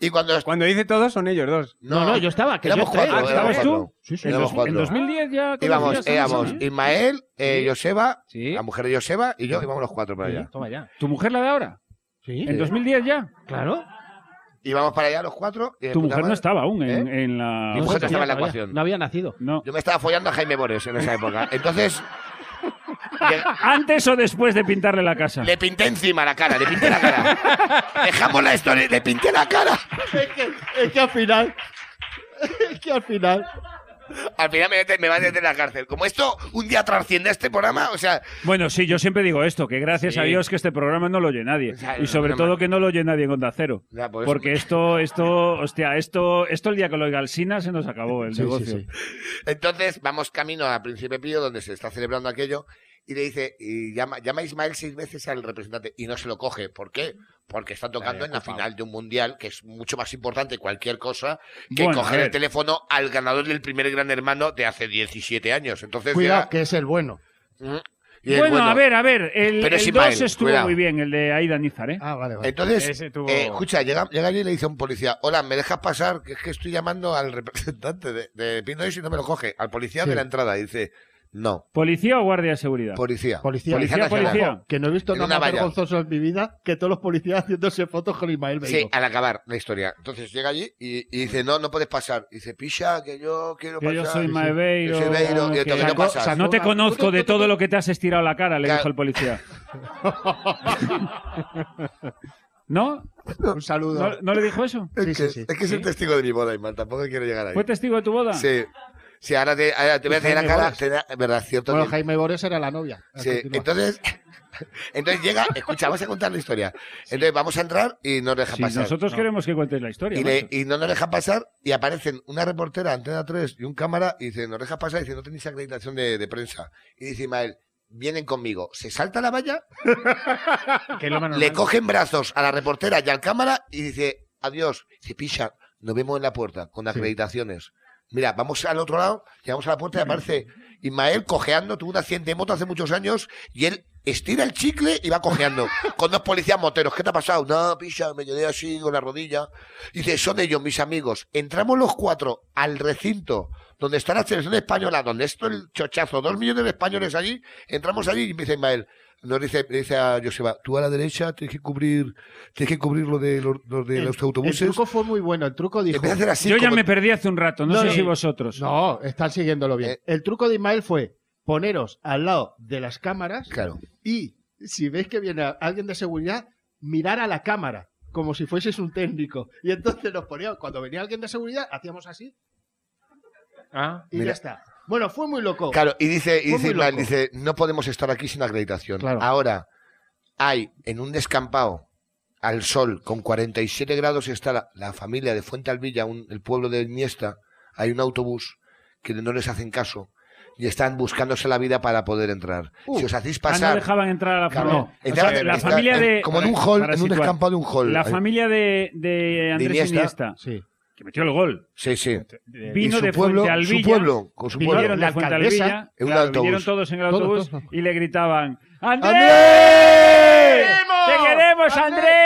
Y cuando...
Cuando dice todos son ellos dos.
No, no, yo estaba, que yo
éramos
entré.
cuatro.
Ah,
éramos
¿estabas tú?
cuatro.
Sí, sí, en,
Éramos
dos-
cuatro.
en 2010 ya.
Íbamos,
conocías a
éramos
Samson, ¿eh?
Ismael, eh, Joseba,
Sí.
Ah,
la mujer de Joseba y yo, íbamos los cuatro
pues
para allá.
Toma ya.
¿Tu mujer la de ahora?
Sí.
¿En 2010 ya?
Claro.
Íbamos para allá los cuatro. y de
Tu mujer
puta
no
madre- ¿Eh?
estaba aún en, en
Mi
la.
mujer no estaba en la
todavía,
ecuación.
No había nacido.
No.
Yo me estaba follando a Jaime Bores en esa época. Entonces, lleg-
¿Antes o después de pintarle la casa?
le pinté encima la cara, le pinté la cara. Dejamos la historia, le pinté la cara.
Es que, es que al final. Es que al final.
Al final me, meten- me van a meter en la cárcel. Como esto un día trasciende este programa, o sea,
Bueno, sí, yo siempre digo esto, que gracias
Sí.
a Dios que este programa no lo oye nadie.
Ya,
Y sobre
no,
todo
man.
que no lo oye nadie en Onda Cero.
Ya, por eso.
Porque esto, esto, hostia, esto, esto el día que lo oiga Alsina se nos acabó el
Sí, sí,
negocio.
sí.
entonces vamos camino a Príncipe Pío, donde se está celebrando aquello, y le dice, y llama, llama a Ismael seis veces al representante, y no se lo coge. ¿Por qué? Porque está tocando en la final de un mundial, que es mucho más importante cualquier cosa que
Bueno, a
coger el
ver.
teléfono al ganador del primer gran hermano de hace 17 años. Entonces,
Cuidado,
era-
que es el bueno.
Mm. Y el
Bueno, a ver, a ver, el,
Pero es
el
Ismael,
2 estuvo
cuidado.
muy bien, el de Aida Nizar, ¿eh?
Ah, vale, vale.
Entonces,
Ese tuvo-
eh, escucha, llega, llega allí y le dice a un policía, hola, ¿me dejas pasar? Que es que estoy llamando al representante de, de Pinoy si no me lo coge. Al policía
Sí.
de la entrada. Y dice, no,
¿Policía o guardia de seguridad?
policía.
Policía.
Policía,
nacional.
policía.
Que no he visto
En
nada
una
más
valla.
vergonzoso en mi vida que todos los policías haciéndose fotos con Ismael Beigo.
Sí, al acabar la historia. Entonces llega allí y, y dice, no, no puedes pasar. Y dice, picha, que yo quiero
Que
pasar.
yo soy
Yo soy
Maeveiro.
Beiro, y
que-
entonces no
Sacó-
pasas.
sacó-
No te conozco de todo lo que te has estirado la cara, le
Claro.
dijo el policía. ¿No?
Un saludo.
¿No, no le dijo eso?
Sí,
Es que,
sí, sí.
es que es el testigo de mi boda, Iman. Tampoco quiero llegar ahí.
¿Fue testigo de tu boda?
Sí. Sí, ahora te, ahora te voy a hacer la
Jaime
cara.
Boras.
te da- ¿Verdad? Cierto.
Bueno,
que-
Jaime Bores era la novia.
Sí,
Continúa.
entonces, entonces llega, escucha, vamos a contar la historia. Entonces vamos a entrar y nos deja
Si
pasar.
nosotros queremos que cuentes la historia.
y, le-
macho.
y no nos deja pasar y aparecen una reportera, Antena 3 y un cámara y dice, nos deja pasar y dice, no tenéis acreditación de, de prensa. Y dice Ismael, vienen conmigo. Se salta la valla,
Que es lo más normal.
le cogen brazos a la reportera y al cámara y dice, adiós. Dice, picha, nos vemos en la puerta con acreditaciones. Mira, vamos al otro lado, llegamos a la puerta y aparece Ismael cojeando, tuvo un accidente de moto hace muchos años y él estira el chicle y va cojeando con dos policías moteros. ¿Qué te ha pasado? No, picha, me quedé así con la rodilla. Dice, son ellos mis amigos. Entramos los cuatro al recinto donde está la selección española, donde esto el chochazo, dos millones de españoles allí, entramos allí y me dice Ismael, nos dice, le dice a Joseba, tú a la derecha tienes que cubrir, tienes que cubrir lo de los, lo de
El-
los autobuses.
El truco fue muy bueno. El truco dijo.
En vez de hacer así,
Yo ya
como-
me perdí hace un rato, no,
No,
sé
no.
si vosotros.
No, están siguiéndolo bien.
Pues Eh.
El truco de Ismael fue poneros al lado de las cámaras
Claro.
y si veis que viene alguien de seguridad, mirar a la cámara como si fueses un técnico. Y entonces nos poníamos, cuando venía alguien de seguridad, hacíamos así
Ah,
y
Mira.
ya está. Bueno, fue muy loco.
Claro, y dice, y dice
Fue muy
Ismael,
loco.
dice, no podemos estar aquí sin acreditación.
Claro.
Ahora, hay en un descampado al sol con 47 grados está la, la familia de Fuente Alvilla, un- el pueblo de Iniesta, hay un autobús que no les hacen caso y están buscándose la vida para poder entrar.
Uh,
si os hacéis
Ah, no
pasar,
dejaban entrar a la
Claro,
familia.
no. Entraban-
la
está-
familia
en-
de.
como en un hall,
para
en un
situar.
descampado de un hall.
La
Ahí.
familia de, de Andrés
Iniesta.
Iniesta,
Sí.
que metió el gol,
Sí, sí. Y
vino
su
de
pueblo,
Fuente
su
Alvilla.
pueblo, con su pueblo.
vinieron de Fuente
alcaldesa,
Alvilla,
en un
claro,
autobús.
vinieron todos en el
Todos,
autobús
todos.
y le gritaban: ¡Andrés!
¡Queremos!
¡Te queremos, Andrés!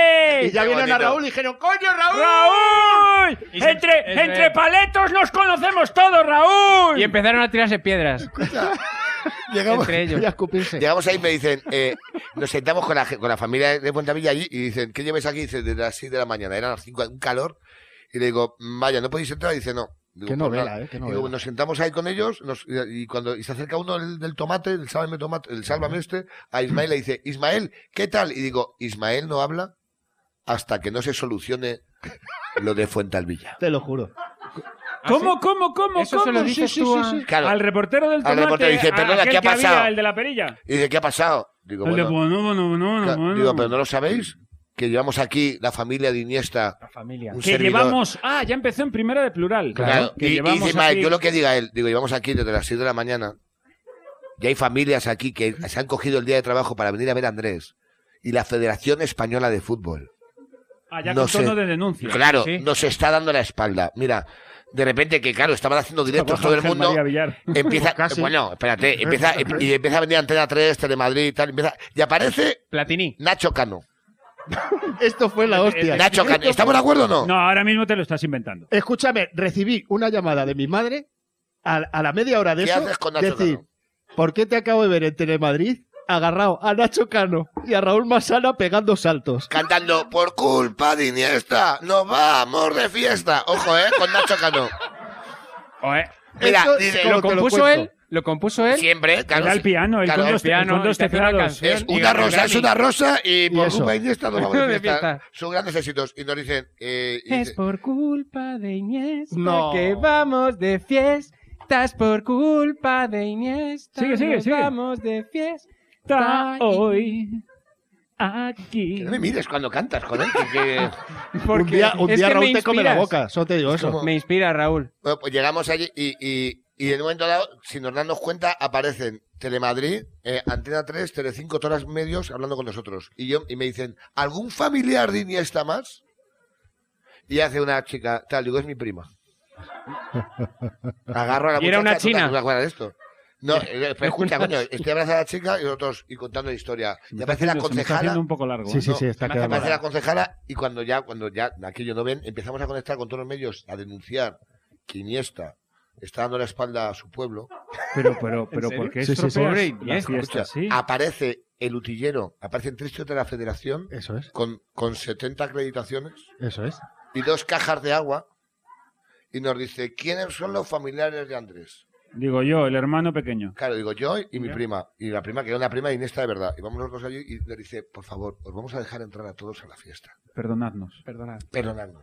Y ya vieron a
bonito.
Raúl y dijeron, ¡Coño, Raúl!
¡Raúl!
Y se-
Entre,
eso
entre
es.
paletos nos conocemos todos, Raúl.
Y empezaron a tirarse piedras
Llegamos,
entre ellos.
Y a escupirse.
llegamos ahí y me dicen, eh, nos sentamos con la, ge- con la familia de Fuente Alvilla allí y dicen, ¿qué lleváis aquí? Dice, desde las 6 de la mañana, eran las 5, un calor. Y le digo, vaya, ¿no podéis entrar? dice, no. Digo,
Qué
"Pues nada".
novela, ¿eh? Qué
Y luego
novela.
nos sentamos ahí con ellos nos- y cuando y se acerca uno del, del tomate, del sálvame tomate, el sálvame este, a Ismael le dice, Ismael, ¿qué tal? Y digo, Ismael no habla hasta que no se solucione lo de Fuentalvilla.
Te lo juro.
¿Cómo, cómo, cómo?
¿Ah, Eso
cómo?
se lo dices tú a-
Claro.
Al reportero del tomate.
reportero dice,
a
perdona,
aquel
¿qué ha
que había,
pasado?
el de la perilla.
Y dice, ¿qué ha pasado? Digo,
el de
bueno,
bueno, bueno, bueno,
ca-
bueno.
digo, pero no lo sabéis, que llevamos aquí la familia de Iniesta,
La familia.
un
que
servidor.
llevamos. Ah, ya empezó en primera de plural.
Claro,
Que
y, y
llevamos
dice Ismael,
aquí-
yo lo que diga él, digo, llevamos aquí desde las 6 de la mañana Y hay familias aquí que se han cogido el día de trabajo para venir a ver a Andrés. Y la Federación Española de Fútbol.
Allá
No
con tono
sé.
de denuncia.
Claro,
Sí.
nos está dando la espalda. Mira, de repente que, claro, estaban haciendo directos
Trabaja
todo el
Ángel
mundo.
María Villar.
Empieza,
Casi.
bueno, espérate, empieza, y empieza a venir Antena 3, Telemadrid y tal. empieza- y aparece
Platini.
Nacho Cano.
Esto fue la hostia.
Nacho Cano, ¿estamos de acuerdo o no?
No, ahora mismo te lo estás inventando.
Escúchame, recibí una llamada de mi madre a, a la media hora de
¿Qué
eso.
haces con Nacho
decir,
Cano?
¿por qué te acabo de ver en Telemadrid agarrado a Nacho Cano y a Raúl Masana pegando saltos?
Cantando, por culpa de Iniesta, nos vamos de fiesta. Ojo, eh, con Nacho Cano.
O, eh,
Mira,
Eso,
dice,
¿cómo
¿Lo
te lo
compuso
cuento?
él? ¿Lo compuso él?
siempre, claro.
era el piano, el este
claro,
con
el
dos,
piano,
con dos
y te hacía una
teclados.
canción.
Es
Y
una
ganó
rosa,
Grammy.
es una rosa y
Y
por
eso.
culpa de Iniesta nos vamos
De
de fiesta.
fiesta.
Son grandes éxitos. Y nos dicen, eh, y
Es
dice-
por culpa de Iniesta
No.
que vamos de fiestas. Por culpa de Iniesta
Sigue, sigue,
nos
sigue.
vamos de fiestas.
Está hoy aquí.
que no me mires cuando cantas, joder. que- que-
Porque
un día, un
es
día
que
Raúl
me
te come la
inspiras.
boca, solo te digo eso.
como-
Me inspira Raúl.
Bueno, pues llegamos allí y, y, y en un momento dado, sin nos darnos cuenta, aparecen Telemadrid, eh, Antena 3, Telecinco, todas las medios hablando con nosotros. Y yo y me dicen, ¿algún familiar de Iniesta más? Y hace una chica, tal, digo, es mi prima. Agarro a la
Y era
muchacha,
una
"Tú te-
china".
¿tú te acuerdas de esto? No, eh, pero escucha, coño, estoy abrazando a la chica y nosotros y contando la historia. Y aparece la
Se me está
concejala
haciendo un poco largo. ¿eh?
Sí, sí, sí, está
me
quedando.
aparece la concejala y cuando ya, cuando ya aquello no ven, empezamos a conectar con todos los medios a denunciar que Iniesta está dando la espalda a su pueblo.
Pero, pero, pero,
serio?
¿por qué
Sí, sí, sí.
estropeas
Pobre
la
Iniesta,
fiesta?
Escucha,
Sí.
Aparece el utillero, aparecen tres tíos de la federación
Eso es,
con, con 70 acreditaciones
eso es.
y dos cajas de agua y nos dice, ¿quiénes son los familiares de Andrés?
Digo yo, el hermano pequeño.
Claro, digo yo y mi
Ya.
prima. Y la prima, que era una prima de Iniesta de verdad. Y vamos los dos allí y nos dice, por favor, os vamos a dejar entrar a todos a la fiesta.
Perdonadnos.
Perdonad.
perdonadnos.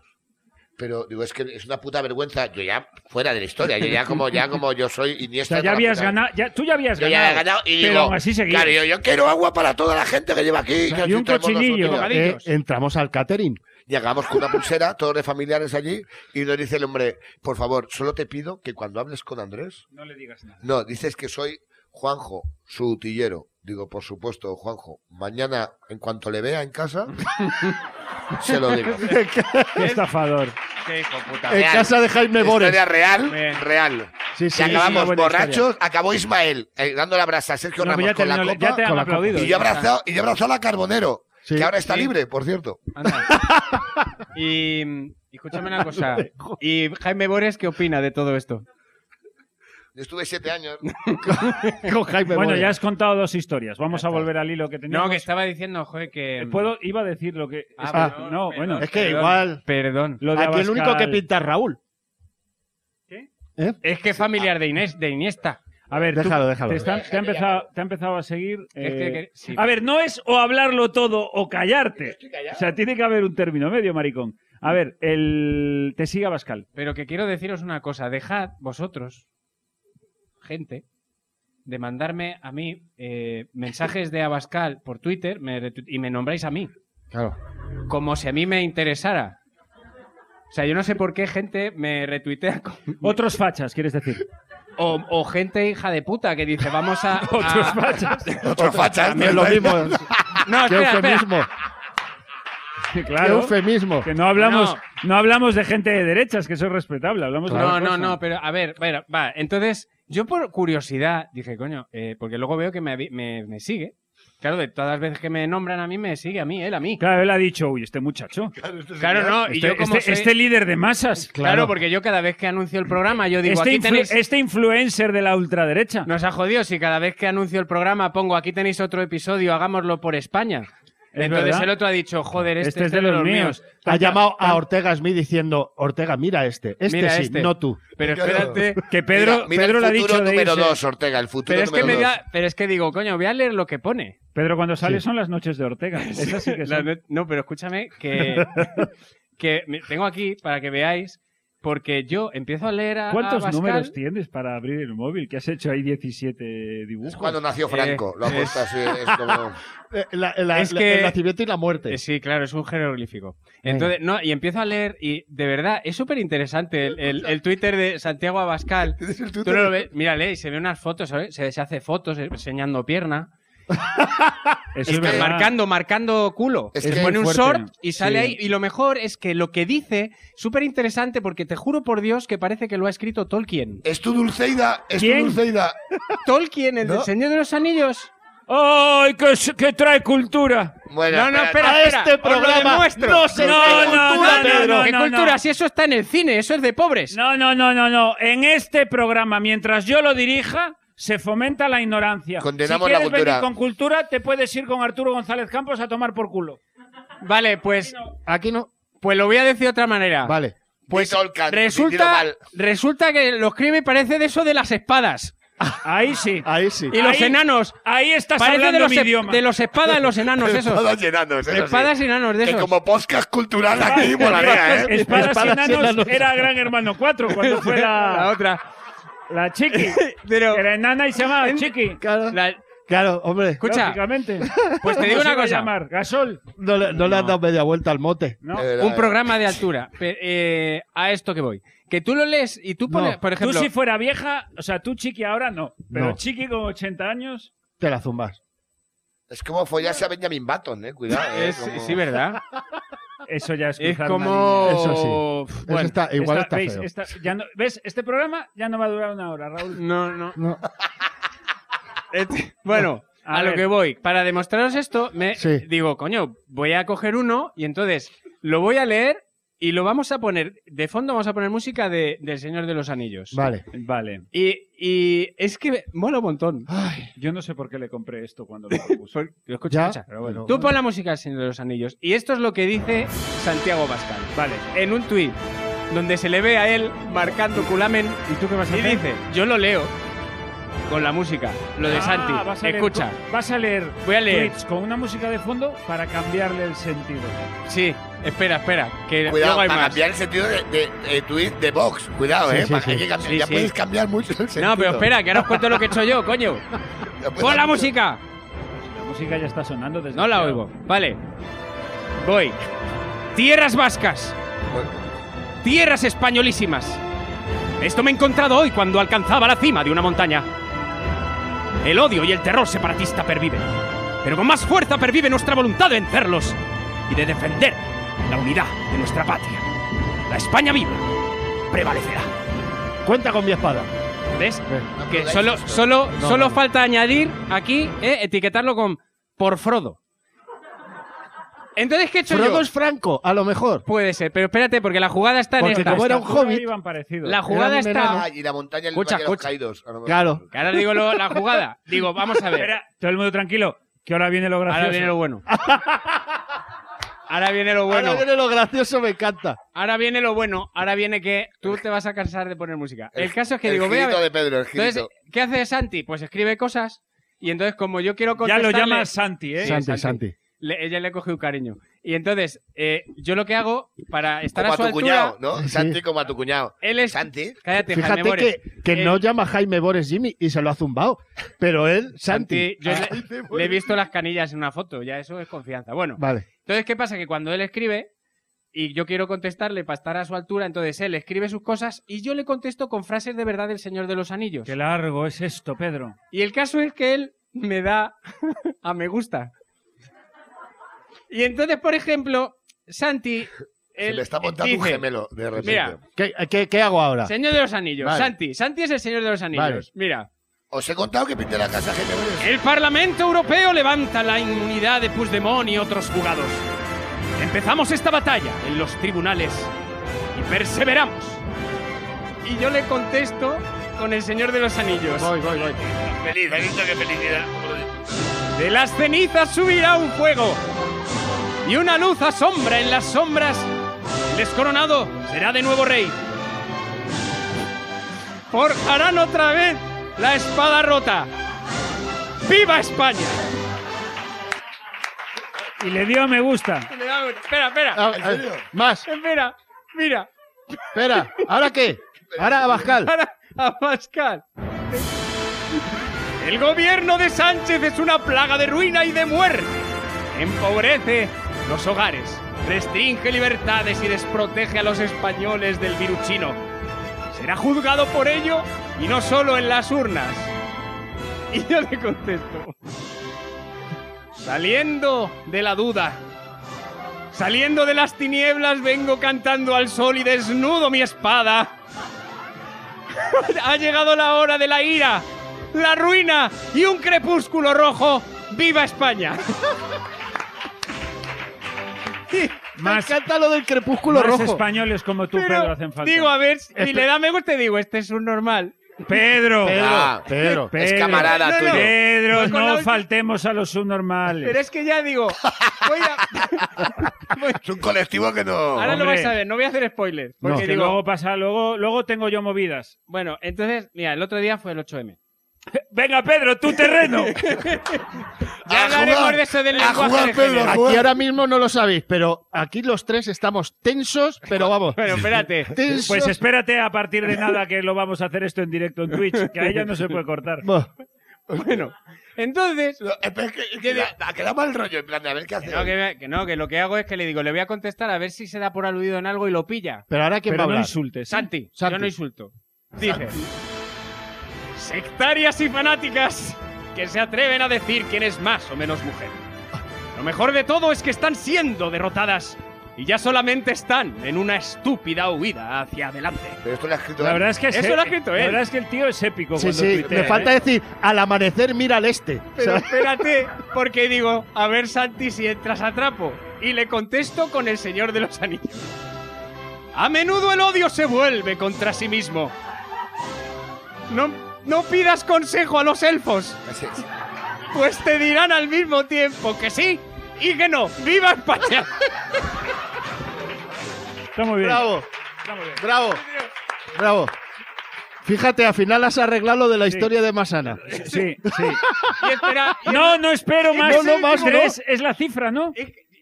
Pero digo, es que es una puta vergüenza. Yo ya fuera de la historia, yo ya como, ya como yo soy
O
Iniesta.
sea, ya
no la
habías
puta-
ganado. Ya, tú ya habías
Yo
ganado.
ya he ganado y
pero
digo,
aún así seguimos.
claro, yo, yo quiero agua para toda la gente que lleva aquí.
sea,
que
y un
aquí todo el mundo es
cochinillo.
útil.
Bocadillo. Ellos.
Eh, entramos al catering.
Llegamos con una pulsera, todos de familiares allí, y nos dice el hombre, por favor, solo te pido que cuando hables con Andrés,
No le digas nada.
no, dices que soy Juanjo, su utillero. Digo, por supuesto, Juanjo, mañana, en cuanto le vea en casa, se lo digo.
Qué estafador.
Qué hijo puta.
En
Real.
casa de Jaime Bores.
Historia real,
Bien.
real.
Sí, sí.
y acabamos
buena
borrachos, acabó Ismael eh, dando la brasa a Sergio
No, pero
Ramos
ya,
con la
terminó,
copa
ya te han
con la copa.
aplaudido.
y yo abrazado y yo abrazado a Carbonero,
Sí.
que ahora está
Sí.
libre, por cierto.
Anda. Y mm, escúchame una cosa. ¿Y Jaime Bores qué opina de todo esto?
Yo estuve siete años.
Con Jaime
Bueno,
Bores.
ya has contado dos historias. Vamos a volver al hilo que teníamos. Eh,
No, que estaba diciendo, joder, que. mm,
Puedo, iba a decir lo que.
Ah,
es
Ah,
que-
perdón,
no,
perdón,
bueno.
Es que
perdón,
igual-
Perdón. Ah,
Lo de
Aquí el único que
Abascal-
pinta es Raúl.
Es que familiar de Inés, de Iniesta.
A ver, tú-
Déjalo, déjalo.
Te, está- te ha empezado, te ha empezado a seguir.
Es
eh,
que- que- sí.
A ver, no es o hablarlo todo o callarte. O sea, tiene que haber un término medio, maricón. A ver, el... te sigue Pascal.
Pero que quiero deciros una cosa. Dejad vosotros, gente, de mandarme a mí eh, mensajes de Abascal por Twitter me retu- y me nombráis a mí.
Claro.
Como si a mí me interesara. O sea, yo no sé por qué gente me retuitea con-
Otros fachas, quieres decir.
o, o gente hija de puta que dice, vamos a...
Otros
a-
fachas.
Otro facha.
También lo mismo.
No,
Qué
espera, espera.
eufemismo. Qué
claro.
eufemismo.
Que no hablamos, no. hablamos de gente de derechas, que eso es respetable. Hablamos de
No,
otra
no,
cosa.
no, pero a ver, bueno, va. Entonces, yo por curiosidad dije, coño, eh, porque luego veo que me, avi- me- me sigue. Claro, de todas las veces que me nombran a mí, me sigue a mí, él a mí.
Claro, él ha dicho, uy, este muchacho.
Claro, no, y
Este,
yo como
este-
soy-
este líder de masas.
Claro, porque yo cada vez que anuncio el programa, yo digo,
Este,
aquí
influ-
tenéis...
este influencer de la ultraderecha.
Nos ha jodido si cada vez que anuncio el programa pongo, aquí tenéis otro episodio, hagámoslo por España.
Es
Entonces
verdad.
el otro ha dicho, joder, este,
Este es de los míos.
Ha llamado a Ortega Smith diciendo, Ortega, mira este. Este
Mira
sí,
este.
no tú.
Pero
Claro.
espérate,
Que Pedro,
Mira, mira
Pedro
el
le ha
futuro
dicho de
número
irse.
dos, Ortega, el
Este
futuro
pero es, que
número
me
dos.
da- pero es que digo, coño, voy a leer lo que pone.
Pedro, cuando sale son las noches de Ortega. Esas sí que
La
son.
net- no, pero escúchame que, que me- tengo aquí para que veáis. porque yo empiezo a leer a. a
¿Cuántos
Abascal-
números tienes para abrir el móvil? Que has hecho ahí 17 dibujos.
Es cuando nació Franco.
Eh.
lo ha puesto así. Es como.
Eh, la- la-
Es
la-
que-
El nacimiento y la muerte.
Eh, Sí, claro, es un jeroglífico. Entonces, no, y empiezo a leer y de verdad es súper interesante el, el- el Twitter de Santiago Abascal. Tú no lo ves, mírale, y se ve unas fotos, ¿sabes? Se, se hace fotos eh, enseñando pierna,
Eso
Es
es verdad.
marcando, marcando culo.
Es
Se
que-
pone un
fuerte.
short y sale
Sí.
ahí. Y lo mejor es que lo que dice, súper interesante, porque te juro por Dios que parece que lo ha escrito Tolkien.
Es tu Dulceida. Es tu
¿Quién?
Dulceida.
Tolkien, el del Señor de los Anillos.
¡Ay, que, es- que trae cultura!
Bueno,
No, no, espera,
a
espera.
este
os lo
programa
demuestro.
no se
No,
trae
no,
cultura,
no, no,
Pedro.
no,
¿Qué cultura? Si eso está en el cine, eso es de pobres.
No, no, no, no, no. En este programa, mientras yo lo dirija, se fomenta la ignorancia.
Condenamos
si
la
quieres
cultura.
venir con cultura, te puedes ir con Arturo González Campos a tomar por culo.
Vale, pues,
Aquí no.
pues lo voy a decir de otra manera.
Ah, Vale.
Pues Tolkien, dilo
Resulta,
mal.
resulta que lo escribe parece de eso de las espadas.
Ahí sí.
Ahí sí.
Y los
Ahí-
enanos.
Ahí estás
Parece de
hablando
los,
mi
e-
idioma.
de los espadas, los enanos, esos.
Espadas llenando. Eso sí.
Espadas y enanos, pues de
Que
esos.
como podcast cultural aquí molaría, ¿eh?
Espadas,
Espadas
y
y
enanos
enanos.
era Gran Hermano 4 cuando fue
La
la,
otra.
la chiqui.
Pero,
Era enana y se llamaba chiqui.
Claro,
la-
claro, hombre.
escucha,
Lógicamente.
pues te digo
¿Cómo se iba
una
a
cosa.
llamar? Gasol.
No le, no le has dado media vuelta al mote.
No.
De verdad,
Un
eh.
programa de altura. Pe- eh, a esto que voy. Que tú lo lees y tú pones,
No,
por ejemplo,
tú si fuera vieja, o sea, tú chiqui ahora no, pero
No.
chiqui con 80 años.
Te la zumbas.
Es como follarse a Benjamin Button, ¿eh? Cuidado. ¿eh?
es,
Como-
sí, ¿verdad?
Eso ya es,
Es
cruzar
como...
una línea.
Eso
Pf,
Eso
bueno,
está, igual
Esta-
está,
¿veis?
feo.
Esta- ya no- ¿Ves? Este programa ya no va a durar una hora, Raúl.
no, no.
No.
Et- Bueno, a,
A
lo
ver.
que voy. Para demostraros esto, me
Sí.
digo, coño, voy a coger uno y entonces lo voy a leer y lo vamos a poner. De fondo vamos a poner música de, del Señor de los Anillos.
Vale.
Vale.
Y, y es que mola un montón.
Ay,
Yo no sé por qué le compré esto cuando lo propuse.
Por- lo escucha,
ya.
escucha.
pero bueno.
Tú pon la música del Señor de los Anillos. Y esto es lo que dice Santiago Bascal.
Vale.
En un tuit donde se le ve a él marcando culamen
¿Y tú qué vas a
y
hacer?
dice, yo lo leo con la música, lo de
Ah, vas a
Santi.
leer-
Escucha,
vas a leer
voy a leer.
tweets con una música de fondo para cambiarle el sentido.
Sí, espera, espera, que
Cuidado,
luego hay
para
más.
cambiar el sentido de, de, de tweet de Vox. Cuidado,
Sí,
¿eh?
sí,
Para-
sí.
hay que cambiar-
Sí,
ya
sí.
puedes cambiar mucho el sentido.
No, pero espera, que ahora os cuento lo que he hecho yo, coño.
Ya puedes
¡Pon la
cambiar-
música!
La música ya está sonando desde.
No la oigo. Vale. Voy. Tierras vascas. Tierras españolísimas. Esto me he encontrado hoy cuando alcanzaba la cima de una montaña. El odio y el terror separatista perviven. Pero con más fuerza pervive nuestra voluntad de vencerlos y de defender la unidad de nuestra patria. La España viva prevalecerá.
Cuenta con mi espada.
¿Ves?
No
Que
podáis
solo,
esto.
solo,
Eh. No,
solo
no.
falta añadir aquí, eh, etiquetarlo con por Frodo. Entonces, ¿qué he hecho
Frodo
yo?
es Franco, a lo mejor.
Puede ser, pero espérate, porque la jugada está en
Porque
esta.
como era un hobbit.
iban parecidos.
La jugada
un
está.
Ah, y la montaña del
Escucha,
Valle de los
escucha.
Caídos. Ah, no,
Claro.
Que ahora digo lo- la jugada. Digo, vamos a ver.
Espera, todo el mundo tranquilo, que ahora viene lo gracioso.
Ahora viene lo bueno. Ahora viene lo bueno.
Ahora viene lo gracioso, me encanta.
Ahora viene lo bueno. Ahora viene que tú te vas a cansar de poner música. El caso es que
el
digo, voy a
girito de
ver.
Pedro, el girito.
Entonces, ¿qué hace Santi? Pues escribe cosas. Y entonces, como yo quiero
Ya lo
contestarle...
llama Santi, ¿eh?
Sí,
Santi,
Santi.
Santi.
le- ella le cogió cariño. Y entonces, eh, yo lo que hago para estar
como
a
a
su
tu
altura,
cuñado, ¿no?
Sí.
Santi como a tu cuñado.
él es...
Santi.
Cállate,
Fíjate
Jaime Mores.
que, que
Eh,
no llama Jaime Bores Jimmy y se lo ha zumbado. Pero él, Santi.
Santi, yo le, le he visto las canillas en una foto, ya eso es confianza. Bueno,
Vale.
entonces, ¿qué pasa? Que cuando él escribe y yo quiero contestarle para estar a su altura, entonces él escribe sus cosas y yo le contesto con frases de verdad del Señor de los Anillos.
Qué largo es esto, Pedro.
Y el caso es que él me da a me gusta. Y entonces, por ejemplo, Santi.
Se
él
le está montando un
dice,
gemelo, de repente.
Mira,
¿Qué, qué- qué hago ahora?
Señor de los Anillos,
Vale.
Santi. Santi es el Señor de los Anillos.
Vale.
Mira.
Os he contado que pinté la casa gemelos.
El Parlamento Europeo levanta la inmunidad de Puigdemont y otros jugados. Empezamos esta batalla en los tribunales y perseveramos. Y yo le contesto con el Señor de los Anillos.
Voy, voy, voy.
Feliz, ha visto qué felicidad.
De las cenizas subirá un fuego. Y una luz asombra en las sombras. El descoronado será de nuevo rey. Forjarán otra vez la espada rota. ¡Viva España!
Y le dio a me gusta.
Le da un- Espera,
Ah,
espera.
ah, más.
Espera, mira.
Espera, ¿ahora qué? Ahora Abascal.
Para Abascal. El gobierno de Sánchez es una plaga de ruina y de muerte. Empobrece los hogares, restringe libertades y desprotege a los españoles del virus chino. Será juzgado por ello y no solo en las urnas. Y yo le contesto. Saliendo de la duda, saliendo de las tinieblas, vengo cantando al sol y desnudo mi espada. Ha llegado la hora de la ira, la ruina y un crepúsculo rojo. ¡Viva España!
Más,
Me encanta lo del crepúsculo
más
rojo.
españoles como tú,
Pero,
Pedro, hacen falta.
Digo, a ver, si
Espe-
le da me gusta, digo, este es un normal.
Pedro,
Ah,
Pedro.
Pedro,
es camarada
No, no,
tuyo.
Pedro,
No, con la
no
última-
faltemos a los subnormales.
Pero es que ya digo, voy a- voy-
Es un colectivo que no.
ahora lo
Hombre.
vais a ver, no voy a hacer spoilers.
No,
Porque
que
digo,
luego pasa, luego, luego tengo yo movidas.
bueno, entonces, mira, el otro día fue el 8M.
Venga, Pedro, tu terreno.
A
Ya hablaremos
jugar,
de eso del
a
lenguaje
jugar,
de
Pedro,
género.
a
Aquí ahora mismo no lo sabéis, pero aquí los tres estamos tensos, pero vamos.
Bueno, espérate.
Tensos.
pues espérate a partir de nada que lo vamos a hacer esto en directo en Twitch, que a ella no se puede cortar.
Buah.
Bueno, entonces,
No, eh, pero es que, es que da- da- que da mal rollo, en plan, de a ver qué hace.
que no, que, me- que no, que lo que hago es que le digo, le voy a contestar a ver si se da por aludido en algo y lo pilla.
Pero ahora quién
Pero
va a
no
hablar.
insultes.
Santi,
Santi.
¿eh? yo no insulto. Dije, sectarias y fanáticas que se atreven a decir quién es más o menos mujer. Lo mejor de todo es que están siendo derrotadas y ya solamente están en una estúpida huida hacia adelante.
Pero esto lo ha escrito
La
él.
verdad es que es
Eso
ep-
lo ha escrito
La
él.
verdad es que el tío es épico
Sí,
cuando
sí,
tuitea,
me falta
¿eh?
decir, al amanecer mira al este.
Pero
¿sabes?
espérate, porque digo, a ver Santi si entras a trapo. Y le contesto con el Señor de los Anillos. A menudo el odio se vuelve contra sí mismo. No, no pidas consejo a los elfos,
Sí, sí.
pues te dirán al mismo tiempo que sí y que no. ¡Viva España!
Está muy bien.
Bravo, bravo, bravo. Fíjate, al final has arreglado lo de la historia de Masana.
Sí, sí.
Y espera, y-
No, no espero más.
No, no, más,
Tres es la cifra, ¿no?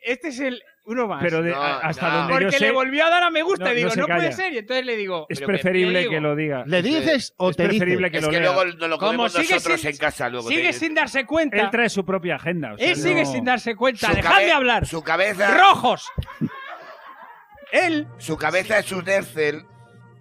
este es el uno más.
Pero de-
No,
a- hasta
no.
donde yo
porque
sé,
le volví a dar a me gusta
No,
y digo,
no
no,
se
puede
calla.
ser. Y entonces le digo,
es
pero que-
preferible
yo
que
digo,
lo diga.
¿Le dices o
Es
te
preferible
dice?
que
Es
lo
que
lea.
luego lo
Como
comemos
sigue
nosotros
sin,
en casa. Luego
sigue
de-
sin darse cuenta.
Él trae su propia agenda. o sea,
Él sigue
no-
sin darse cuenta.
Su
¡Dejadme
cabe-
hablar!
Su cabeza.
¡Rojos! Él.
Su cabeza es un Ercel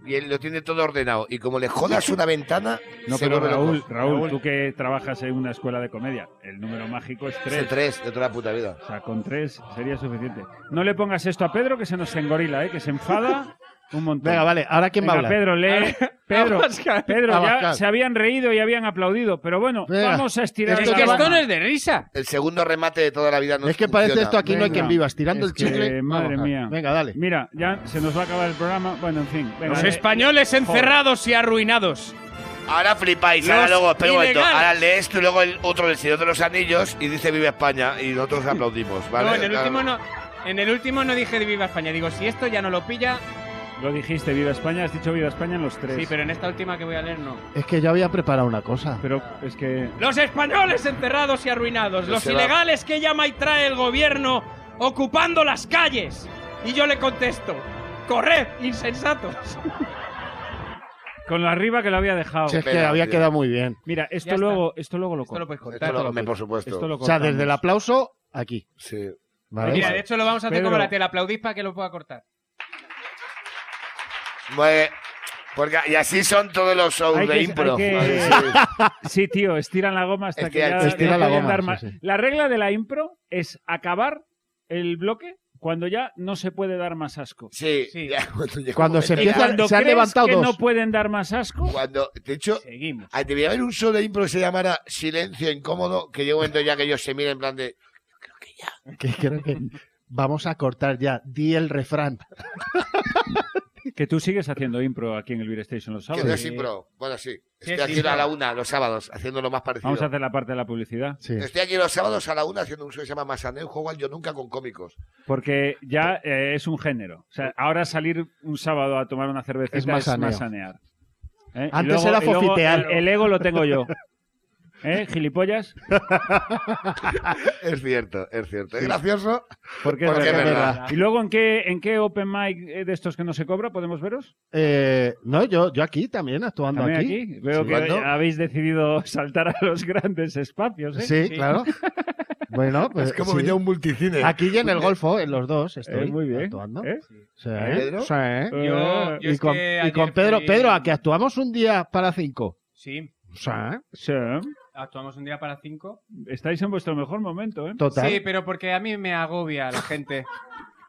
y él lo tiene todo ordenado. Y como le jodas una ventana,
No,
se
pero
vuelve
Raúl,
loco.
Raúl, tú que trabajas en una escuela de comedia, el número mágico es
Es el
3.
tres de toda la puta vida.
O sea, con 3 sería suficiente. No le pongas esto a Pedro, que se nos engorila, ¿eh? que se enfada un montón.
Venga, vale, ahora quién va a
Venga,
hablar.
Pedro, lee. Pedro,
Abascal.
Pedro, ya
Abascal.
se habían reído y habían aplaudido, pero bueno,
Venga.
vamos a estirar
Es
Esto
la
que esto
broma.
no es de risa.
El segundo remate de toda la vida no
es que parece
funciona.
esto aquí no hay
Venga.
quien vivas, tirando
Es
el chicle.
que, eh,
vamos
madre
a-
mía.
Venga, dale.
Mira, ya se nos va a acabar el programa. Bueno, en fin. venga,
Los
eh,
españoles encerrados y arruinados.
Ahora flipáis, ahora
Los
luego, espera un momento.
ilegales.
Ahora lees tú luego el otro del Señor de los Anillos y dice Vive España y nosotros aplaudimos, ¿vale?
No, en el
Claro.
último no. En el último no dije de Viva España. Digo, si esto ya no lo pilla.
Lo dijiste, Viva España, has dicho Viva España en los tres.
Sí, pero en esta última que voy a leer no.
Es que yo había preparado una cosa.
Pero es que.
Los españoles encerrados y arruinados.
No Pues
Los
se va.
ilegales que llama y trae el gobierno ocupando las calles. Y yo le contesto. Corred, insensatos.
Con lo arriba que lo había dejado.
Si es que
Venga,
había
tío.
quedado muy bien.
Mira, esto
está.
luego, esto luego lo
Esto
corto.
lo puedes
Esto
contar.
lo come, por supuesto.
pues. Esto lo
O sea,
cortamos.
desde el aplauso, aquí.
Sí.
¿vale?
Mira, de hecho lo vamos a hacer
Pedro.
como la tele. Aplaudís para que lo pueda cortar.
Bueno, porque, y así son todos los shows
Hay
de
que-
impro.
hay que-
¿vale? Sí.
Sí, tío, estiran la goma hasta que
Estira-
ya
estira
ya
la
pueden
goma,
dar
sí,
más.
sí.
La regla de la impro es acabar el bloque cuando ya no se puede dar más asco.
Sí,
Sí.
ya, cuando llega
Cuando
un
se
momento
Y
empieza-
ya-
cuando
se han
crees
levantado
que
dos.
no pueden dar más asco,
Cuando, de hecho,
Seguimos.
ah, debería haber un show de impro que se llamara Silencio Incómodo, que llega un momento ya que ellos se miran en plan de.
eh.
Que creo que vamos a cortar ya. Di el refrán.
que tú sigues haciendo impro aquí en el Beer Station los
Que no
sábados.
es impro. Bueno, sí.
Sí,
Estoy
es
aquí
impro.
a la una, los sábados, haciendo lo más parecido.
Vamos a hacer la parte de la publicidad.
Sí.
Estoy aquí los sábados a la una haciendo un show que se llama Masaneo, juego al yo nunca con cómicos.
Porque ya eh, es un género. O sea, ahora salir un sábado a tomar una cervecita
Es
es
más
más
saneo.
sanear. ¿Eh? Y
Antes
luego-
era
y luego
fofitear.
el- el ego lo tengo yo. ¿Eh, gilipollas?
Es cierto, es cierto. Es gracioso.
Porque,
Porque es verdad.
¿Y luego en qué, en qué open mic eh, de estos que no se cobra podemos veros?
Eh, no, yo, yo aquí también, actuando
También
aquí.
aquí. Veo que
¿Cuándo?
habéis decidido saltar a los grandes espacios. ¿eh?
Sí, claro. Bueno, pues.
Es como
sí. Ah.
venía un multicine.
Aquí y en el Golfo, en los dos, estoy
Eh, muy bien.
actuando.
¿Eh?
Sí,
¿Pedro?
sí.
Eh,
Yo, yo
y
es
con,
que
y
ayer
con Pedro,
fui-
Pedro, a que actuamos un día para cinco.
Sí,
O sea, ¿eh?
sí. eh,
actuamos un día para cinco.
Estáis en vuestro mejor momento, ¿eh?
total.
Sí, pero porque a mí me agobia la gente.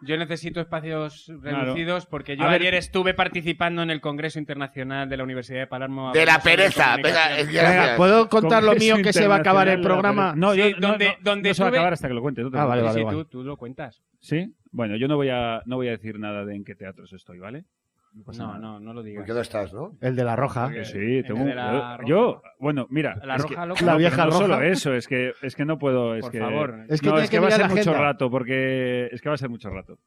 Yo necesito espacios
Claro.
reducidos porque yo
A ver-
ayer estuve participando en el Congreso Internacional de la Universidad de Palermo.
De la
hablando sobre
pereza.
comunicación.
Venga, es
Venga,
gracias.
¿Puedo contar lo
Congreso
mío que se va a acabar el
Internacional de la
programa?
Pere- No,
Sí,
yo, no,
donde-
no,
donde
no se va a
sube-
acabar hasta que lo cuente. tú te
Ah, vale,
preocupes.
vale,
Sí,
vale.
Tú, tú lo cuentas.
Sí. Bueno, yo no voy a no voy a decir nada de en qué teatros estoy, ¿vale? pasa
No,
Pues nada.
no, no lo digas.
Porque no estás, ¿no?
El de la roja.
Porque-
Ah, Sí, tengo
el
un,
de la
yo, yo- bueno, mira,
La
es
roja
que-
loca.
la
no,
vieja
pero no
roja.
solo eso, es que es que no puedo, es
Por
que
favor.
Es que
no,
tiene
es
que
que va a
mirar
ser
la
mucho
agenda.
rato, porque es que va a ser mucho rato.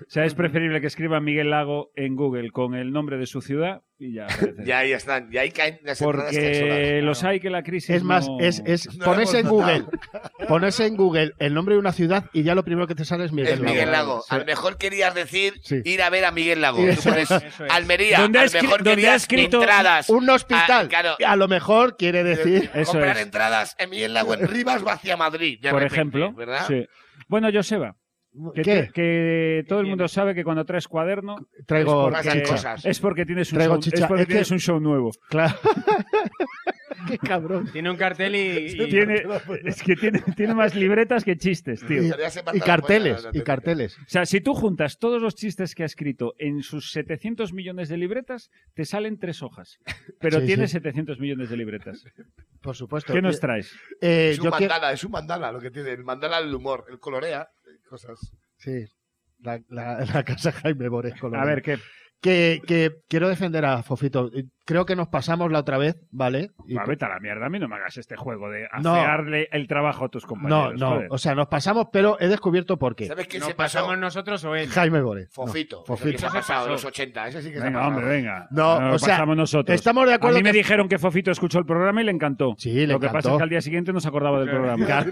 O sea, es preferible que escriba Miguel Lago en Google con el nombre de su ciudad y ya. aparece.
Ya ahí están. Y ahí caen las entradas que
Porque los hay que la crisis.
Es más,
no-
es, es
No
ponerse en
hemos
Google, ponerse en Google el nombre de una ciudad y ya lo primero que te sale es
son.
Miguel
Es Miguel
Lago.
Lago.
Sí.
A lo mejor querías decir
Sí.
ir a ver a Miguel Lago.
Sí,
Tú
eso
pones
Eso es.
Almería. A lo
¿Dónde ha escri-
mejor
dónde ha
querías
escrito
entradas.
Un hospital.
Ah, claro.
A lo mejor quiere decir.
Eso
comprar
es.
entradas en Miguel Lago en Rivas o hacia Madrid. de
por
repente,
ejemplo.
¿Verdad?
sí. Bueno, Joseba, que,
¿Qué?
te- que todo el mundo sabe que cuando traes cuaderno
Traigo.
Pasan
porque-
chicha.
cosas.
es porque tienes un
Traigo
show,
chicha.
es porque
Es que-
tienes un show nuevo.
Claro. Qué cabrón.
Tiene un cartel y. y-
Tiene, es que tiene, tiene más libretas que chistes, tío.
Y-
Debería ser
Y
Marta
carteles,
Lafuente,
y carteles.
O sea, si tú juntas todos los chistes que ha escrito en sus 700 millones de libretas, te salen tres hojas. Pero
Sí,
tiene
sí.
700 millones de libretas.
Por supuesto.
¿Qué nos traes?
Eh,
Es un
yo quiero-
mandala, es un mandala lo que tiene. El mandala el humor, el colorea, eh, cosas.
Sí. La, la- la casa Jaime Bores con lo
A ver, ¿qué?
que, que quiero defender a Fofito. Eh, Creo que nos pasamos la otra vez, ¿vale? Y-
Va, vete a la mierda. A mí no me hagas este juego de
No.
hacerle el trabajo a tus
no,
compañeros.
no.
joder.
O sea, nos pasamos, pero he descubierto por qué.
¿Sabes quién
¿Nos
se pasó?
pasamos nosotros o él?
Jaime Bores. No.
Fofito.
Fofito.
Eso se ha pasado en los 80. Ese sí que se ha
Venga,
pasado.
hombre, venga.
No,
Nos
o sea,
pasamos nosotros.
Estamos de
a
acuerdo
mí me
que-
dijeron que Fofito escuchó el programa y le encantó.
Sí, le
Lo que pasa es
encantó.
que al día siguiente no se acordaba del programa.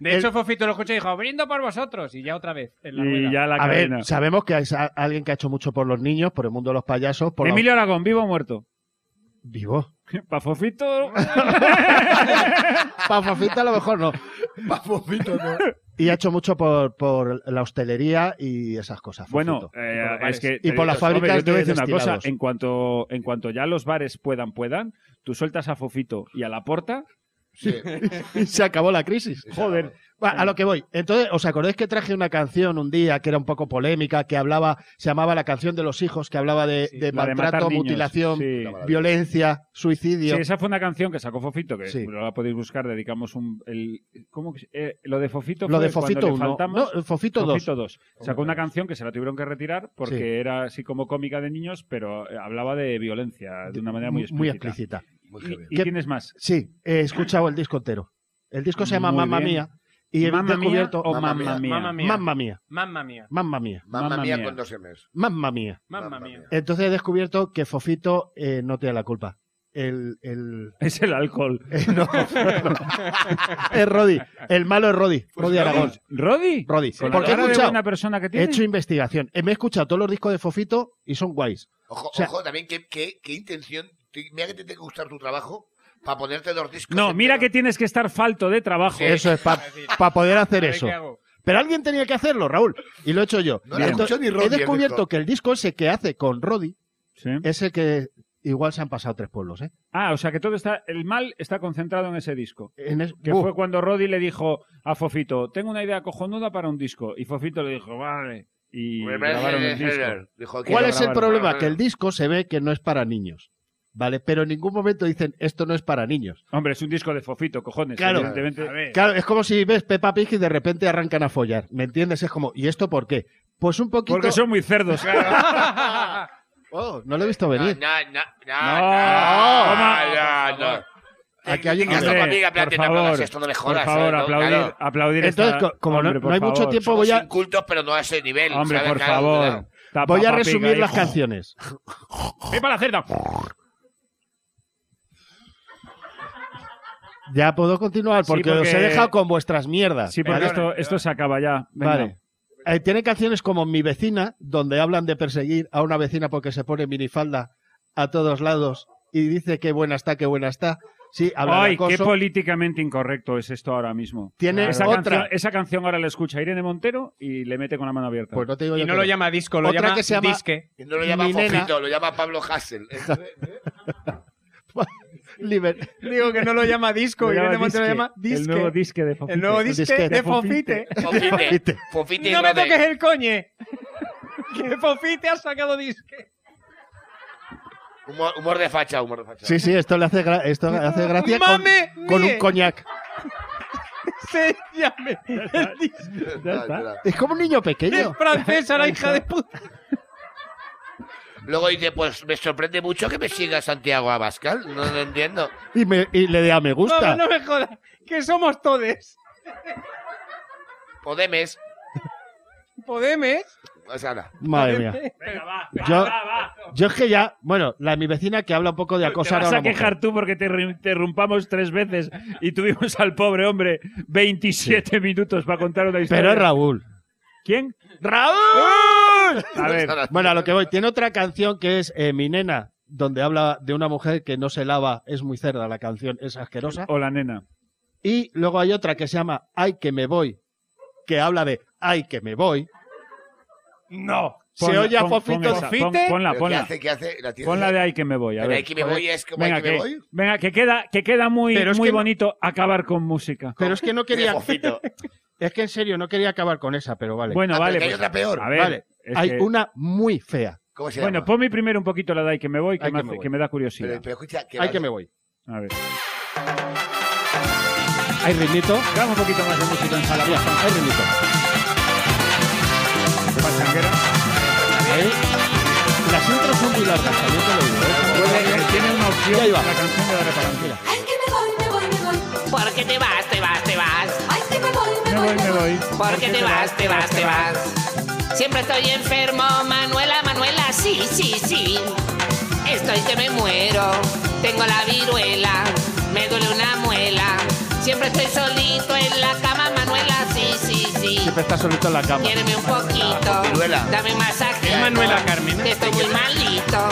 De hecho, Fofito lo escuché y dijo: Brindo por vosotros. Y ya otra vez. En la rueda.
Y ya la
A
cadena.
ver, sabemos que hay sa- alguien que ha hecho mucho por los niños, por el mundo de los payasos, por la-
Emilio Aragón, vivo o muerto.
Vivo.
Pa' Fofito.
Para Fofito a lo mejor no.
Pa' Fofito, ¿no?
Y ha hecho mucho por, por la hostelería y esas cosas.
Bueno,
Fofito.
eh,
por los
es
bares.
que.
Y por las
hombre,
fábricas
yo te voy a
de
decir una cosa.
destilados.
En cuanto, en cuanto ya los bares puedan, puedan, tú sueltas a Fofito y a la porta.
Sí.
se acabó la crisis.
Joder.
Va, a lo que voy. Entonces, ¿os acordáis que traje una canción un día que era un poco polémica, que hablaba, se llamaba la canción de los hijos, que hablaba de,
la
de
de
maltrato,
matar niños.
mutilación,
Sí.
violencia,
Sí,
suicidio?
esa fue una canción que sacó Fofito, que
Sí.
la podéis buscar, dedicamos un... El, ¿cómo que se- eh, lo de Fofito
lo
fue
de Fofito
cuando le
1.
faltamos-
No, Fofito 2.
Fofito 2. Sacó una canción que se la tuvieron que retirar porque
Sí.
era así como cómica de niños, pero eh, hablaba de violencia de una manera muy
Muy
explícita.
explícita.
Muy heavy.
¿Y, y
¿Qué-
tienes más?
Sí, he escuchado el disco entero. El disco se llama
Muy
Mamma
bien.
Mía y he
¿Mamma mía
descubierto
o
Mamma
mamá mía?
Mamma mía.
Mamma Mía,
Mamma mía.
Mamma Mía,
Mamma
Mamma
mía
mía.
con dos M's.
Mamma Mía.
Mamma
Mamma
mía.
mía.
Entonces he descubierto que Fofito eh, no tiene la culpa. El, el,
Es el alcohol.
eh, no, no. es Roddy. El malo es Roddy. Roddy Aragón.
¿Rodi?
Roddy.
¿Con
Porque he
la cara de
escuchado,
buena persona que
he
tiene?
hecho investigación. Eh, Me he escuchado todos los discos de Fofito y son guays.
Ojo,
sea-
ojo también, qué, qué, qué intención. Te- Mira que te tiene que gustar tu trabajo para ponerte dos discos.
No, mira que
enteros.
tienes que estar falto de trabajo.
Sí.
Eso es para
Es decir,
poder hacer
a ver
eso.
qué hago.
Pero alguien tenía que hacerlo, Raúl. Y lo he hecho yo.
No lo
Entonces,
escuchó ni Roddy,
he
el
descubierto
disco.
que el disco ese que hace con Roddy
Sí.
es el que igual se han pasado tres pueblos. ¿eh?
Ah, o sea que todo está... El mal está concentrado en ese disco.
En es-
Que
Buh,
fue cuando Roddy le dijo a Fofito, tengo una idea cojonuda para un disco. Y Fofito le dijo, vale. Y grabaron el disco.
Dijo,
¿Cuál
quiero
es el
grabar-
problema?
Ah.
Que el disco se ve que no es para niños. ¿Vale? Pero en ningún momento dicen esto no es para niños.
Hombre, es un disco de Fofito, cojones.
Claro.
Evidentemente.
A ver.
Claro, es como si ves Peppa Pig y de repente arrancan a follar. ¿Me entiendes? Es como, ¿y esto por qué? Pues un poquito.
Porque son muy cerdos.
Oh, no lo he visto
No,
venir.
no, no,
No,
no, no, no, no.
Aquí hay
Venga,
alguien
toma,
Hombre,
amiga, espérate,
por
no me hagas
favor,
esto, no me
Por
jodas.
favor,
¿sabes? No,
aplaudir,
claro.
aplaudir
Entonces,
esta-
co- como
Hombre,
no,
por
no hay mucho
favor.
tiempo,
Somos
voy a,
incultos, pero no a ese nivel.
Hombre,
¿sabes?
por
Claro,
favor.
claro.
Tapa,
voy a
papá,
resumir
pica,
las
hijo.
canciones.
¡Viva la cerda!
Ya puedo continuar
Sí,
porque, os
porque-
he dejado con vuestras mierdas.
Sí, porque
¿vale?
esto, esto se acaba ya. Venga.
Vale. Eh, tiene canciones como Mi vecina, donde hablan de perseguir a una vecina porque se pone minifalda a todos lados y dice que buena está, que buena está. Sí, habla de
Ay, qué
acoso.
políticamente incorrecto es esto ahora mismo.
Tiene
Esa,
otra.
canción, esa canción ahora la escucha Irene Montero y le mete con la mano abierta.
Pues no te digo
Y
yo
no
que
lo llama disco, lo
Otra
llama,
que se llama-
disque.
No lo llama
Mi nena-
Fofito, lo llama Pablo Hassel.
Liber-
Digo que no lo llama disco,
Lo
y
llama
Irene Montero lo
disque.
llama disque.
El nuevo disque de Fofito.
El nuevo
disque
disque
de
de Fofite.
Fofite.
Fíjate.
Fofite y
¡No me
Rodé.
toques el coñe! ¡Que Fofite ha sacado disque!
Humor, humor de facha, humor de facha.
sí, sí, esto le hace, gra- esto le hace gracia con,
¡Mame
con
mie!
un coñac.
¡Se llame! el disque.
Ya
Ah,
está.
espera.
Es como un niño pequeño.
¡Es francesa la hija de puta!
Luego dice, pues me sorprende mucho que me siga Santiago Abascal. No lo entiendo.
Y, me- y le da me gusta.
No, no me jodas, que somos todes.
Podemes.
Podemos.
O sea, nada.
Madre mía. Yo, yo es que ya, bueno, la mi vecina que habla un poco de
Te
acosar a
vas
una
a
mujer.
quejar tú porque te re- interrumpamos tres veces y tuvimos al pobre hombre 27 minutos para contar una historia.
Pero es Raúl.
¿Quién?
¡Raúl!
A ver,
Bueno, a lo que voy. Tiene otra canción que es eh, Mi nena, donde habla de una mujer que no se lava, es muy cerda la canción, es asquerosa.
o la nena.
Y luego hay otra que se llama Ay que me voy, que habla de Ay que me voy.
No.
Se oye a Fofito.
Fofite.
Ponla,
¿Pero
ponla.
¿Qué hace? ¿Qué hace? La tiene- Ah,
Ponla de ahí que me voy. A
Pero
ver.
ahí que me voy es como
Venga,
ahí que me
que,
voy.
venga, que queda, que queda muy,
Pero es
muy
que no-
bonito acabar con música.
Pero es que no
Tiene
quería.
Fofito.
Es que en serio, no quería acabar con esa, pero vale.
Bueno,
Ah, pero
vale.
que hay
pues,
otra peor.
A ver,
Vale,
es
hay
que-
una muy fea.
¿Cómo se
Bueno, pues,
llama?
ponme primero un poquito la de ahí que me voy, que,
Ay,
me,
que me
hace-
voy.
que me da
pero,
curiosidad.
pero escucha, que
Ay
la-
que me voy.
A ver.
Hay ritmito.
Dame un poquito más de música en sala.
Mira, Hay ritmito. ¿Eh? Las intros son muy largas, también te lo digo. ¿eh?
Tiene una opción
Y ahí va.
la canción de la reparación.
Ay, que me voy, me voy, me voy.
¿Por qué te vas, te vas, te vas?
Ay, que me voy, me,
Me voy, me voy.
¿Por qué te vas, te vas, te vas? Siempre estoy enfermo, Manuela, Manuela, sí, sí, sí. Estoy que me muero, tengo la viruela, me duele una muela. Siempre estoy solito en la cama, Manuela, sí, sí, sí.
Siempre está solito en la cama.
Quiéreme un poquito,
Viruela.
dame un masaje.
Manuela Carmen.
Que estoy muy malito.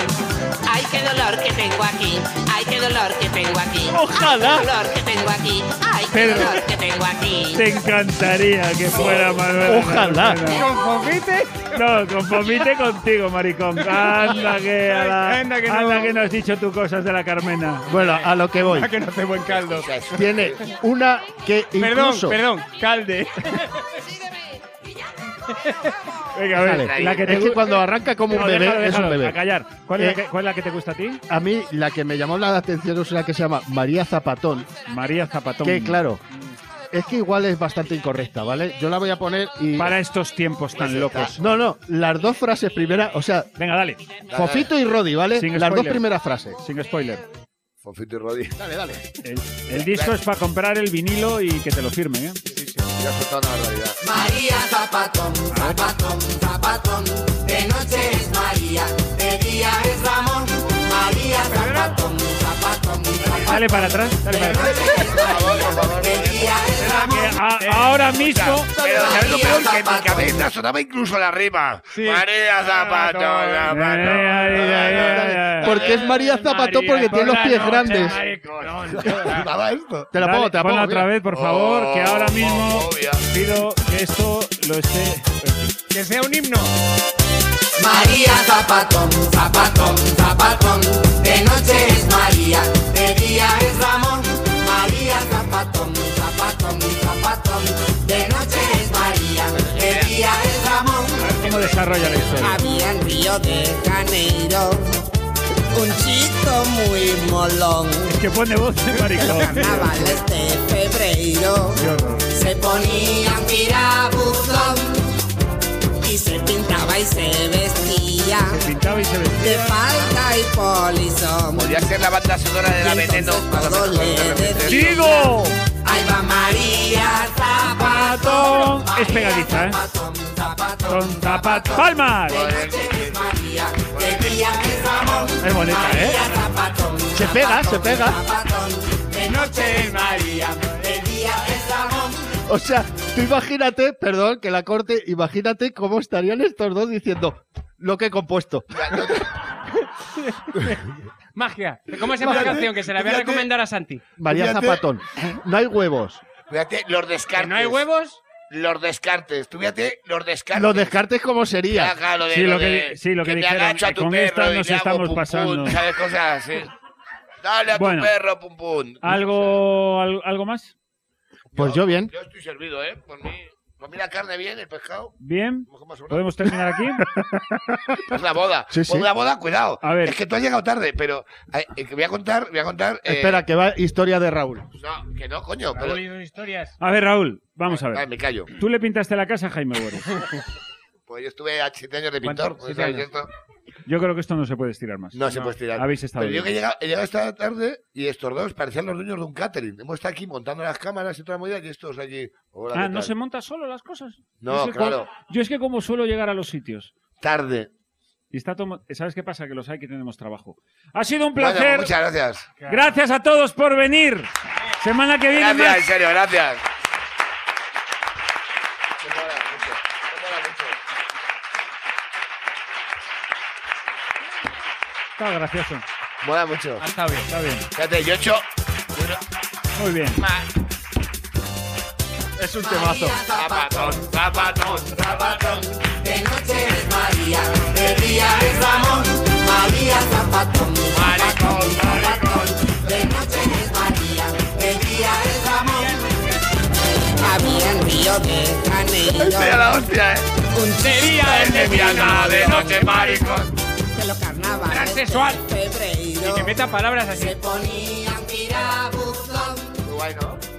Ay, qué dolor que tengo aquí. Ay, qué dolor que tengo aquí.
Ojalá.
Ay, qué dolor que tengo aquí. Ay, qué
Pedro.
dolor que tengo aquí.
Te encantaría que fuera Manuel.
Oh, Ojalá.
¿Con Fofite?
No, conformite contigo, maricón. Anda que, a la-
Anda que no.
anda que no has dicho tú cosas de la Carmena.
Bueno, a lo que voy.
A que no te buen caldo.
Escucha eso.
Tiene una que incluso...
Perdón, perdón, calde.
Sígueme, que ya me voy.
Venga, a ver,
Vale,
la que te
es que
gu-
cuando arranca como un
No,
bebé,
déjalo,
es
déjalo,
un
A
bebé.
callar. ¿Cuál, es
Eh,
la que, cuál es la que te gusta a ti?
A mí la que me llamó la atención es una que se llama María Zapatón,
María Zapatón.
que claro, es que igual es bastante incorrecta, ¿vale? Yo la voy a poner y...
Para estos tiempos tan locos.
No, no, las dos frases primeras, o sea,
Venga, dale.
Fofito y Rodi, ¿vale?
Sin
las dos
spoiler.
primeras frases.
Sin spoiler.
Fofito y Rodí.
Dale, dale.
El, el disco es para comprar el vinilo y que te lo firmen, ¿eh?
Ya has soltado una barbaridad.
María Zapatón, Zapatón, Zapatón. De noche es María, de día es Ramón. María Zapatón, Zapatón, Zapatón.
Dale para atrás, dale para atrás.
De día es Ramón.
Que
Eh,
a- ahora mismo.
Pero ¿sabes lo peor? Que en mi cabeza sonaba incluso la rima.
Ah,
María Zapato,
Eh, Ay, ay, ay, ay, ay.
Porque es María Zapatón porque tiene los pies grandes.
Sonaba esto.
Te la pongo,
Dale,
te la pongo.
ponla otra
mira.
vez, por favor, que ahora
Oh,
mismo
homofobia.
pido que esto lo esté.
Que sea un himno.
María Zapatón, Zapatón, Zapatón. De noche es María, de día es Ramón. María Zapatón, Zapatón, Zapatón. De noche es María, de día es Ramón.
A ver cómo desarrolla la historia.
Había en Río de Janeiro un chico muy molón.
Es que pone voz de maricón.
Carnavales de febrero se ponía un tirabuzón y se pintaba y se vestía
Pintaba y se vestía.
de falda y polizón.
Podría ser la banda sonora de la veneno.
Entonces todo le decía,
¡Digo!
Ahí va María Zapatón.
Es pegadiza, ¿eh?
Zapatón, zapatón,
Con zapat. ¡Palmas!
es María, de día es Ramón.
Es bonita, ¿eh?
Zapatón,
Se pega, se pega.
zapatón, de noche noche es María, de día es Ramón.
O sea, tú imagínate, perdón que la corte, imagínate cómo estarían estos dos diciendo lo que he compuesto.
Magia. ¿Cómo se llama la
Fíjate,
canción que se la voy a
fíjate.
recomendar a Santi?
María
Fíjate.
Zapatón, no hay huevos.
Fíjate, los descartes.
¿No hay huevos?
Los descartes. Tú fíjate, los descartes.
Los descartes cómo sería.
Ajá, lo de-
Sí, lo
lo
que-
de-
sí, lo que
me
dijeron,
agacho a tu
con
perro
esta
y
nos
le hago
estamos
pum, pum,
pasando.
¿Sabes? Cosas así. Dale a
Bueno.
tu perro, pum, pum.
¿Algo, al- algo más?
Pues yo bien.
Yo estoy servido, ¿eh? Por mí, por mí la carne bien, el pescado.
Bien.
Mejor más una.
¿Podemos terminar aquí?
Es la boda.
Sí, sí.
Por la boda, cuidado.
A ver.
Es que tú has llegado tarde, pero eh, eh, que voy a contar, voy a contar. eh,
Espera, que va historia de Raúl.
No, que no, coño. Pero,
historias.
A ver, Raúl, vamos a
Ay,
ver.
me callo.
Tú le pintaste la casa a Jaime Boros.
Pues yo estuve a siete años de pintor.
¿Cuánto?
¿no
Siete
sabes
años.
esto?
Yo creo que esto no se puede estirar más.
No, se puede tirar.
Habéis estado
Pero yo que he
bien.
llegado, he llegado esta tarde y estos dos parecían los dueños de un catering. Hemos estado aquí montando las cámaras y toda la movida y estos allí. Hola,
Ah,
¿qué
¿no
tal?
se monta solo las cosas?
No,
Yo es que como-
claro.
Yo es que como suelo llegar a los sitios.
Tarde.
Y está tomo- ¿Sabes qué pasa? Que los hay que tenemos trabajo. Ha sido un
Bueno, pues
placer.
muchas gracias.
Gracias a todos por venir. Semana que viene
Gracias, en
más.
serio, gracias. Me mola mucho, me mola mucho.
Está gracioso.
Mola mucho.
Ha estado bien.
Está bien.
Fíjate, yo he hecho una-
Muy bien.
Es un temazo.
Zapatón, zapatón, zapatón.
De noche es María, de día es Ramón. María Zapatón, Zapatón, Zapatón. De noche es María, de día es Ramón. Había en Río de
Este
Mira
Janeiro
la hostia, eh.
un día
Es de Viana, de noche, maricón.
de los carnavales de
Transexual.
febrero.
Que meta palabras así.
Se ponían tirabuzón
Guay, ¿no?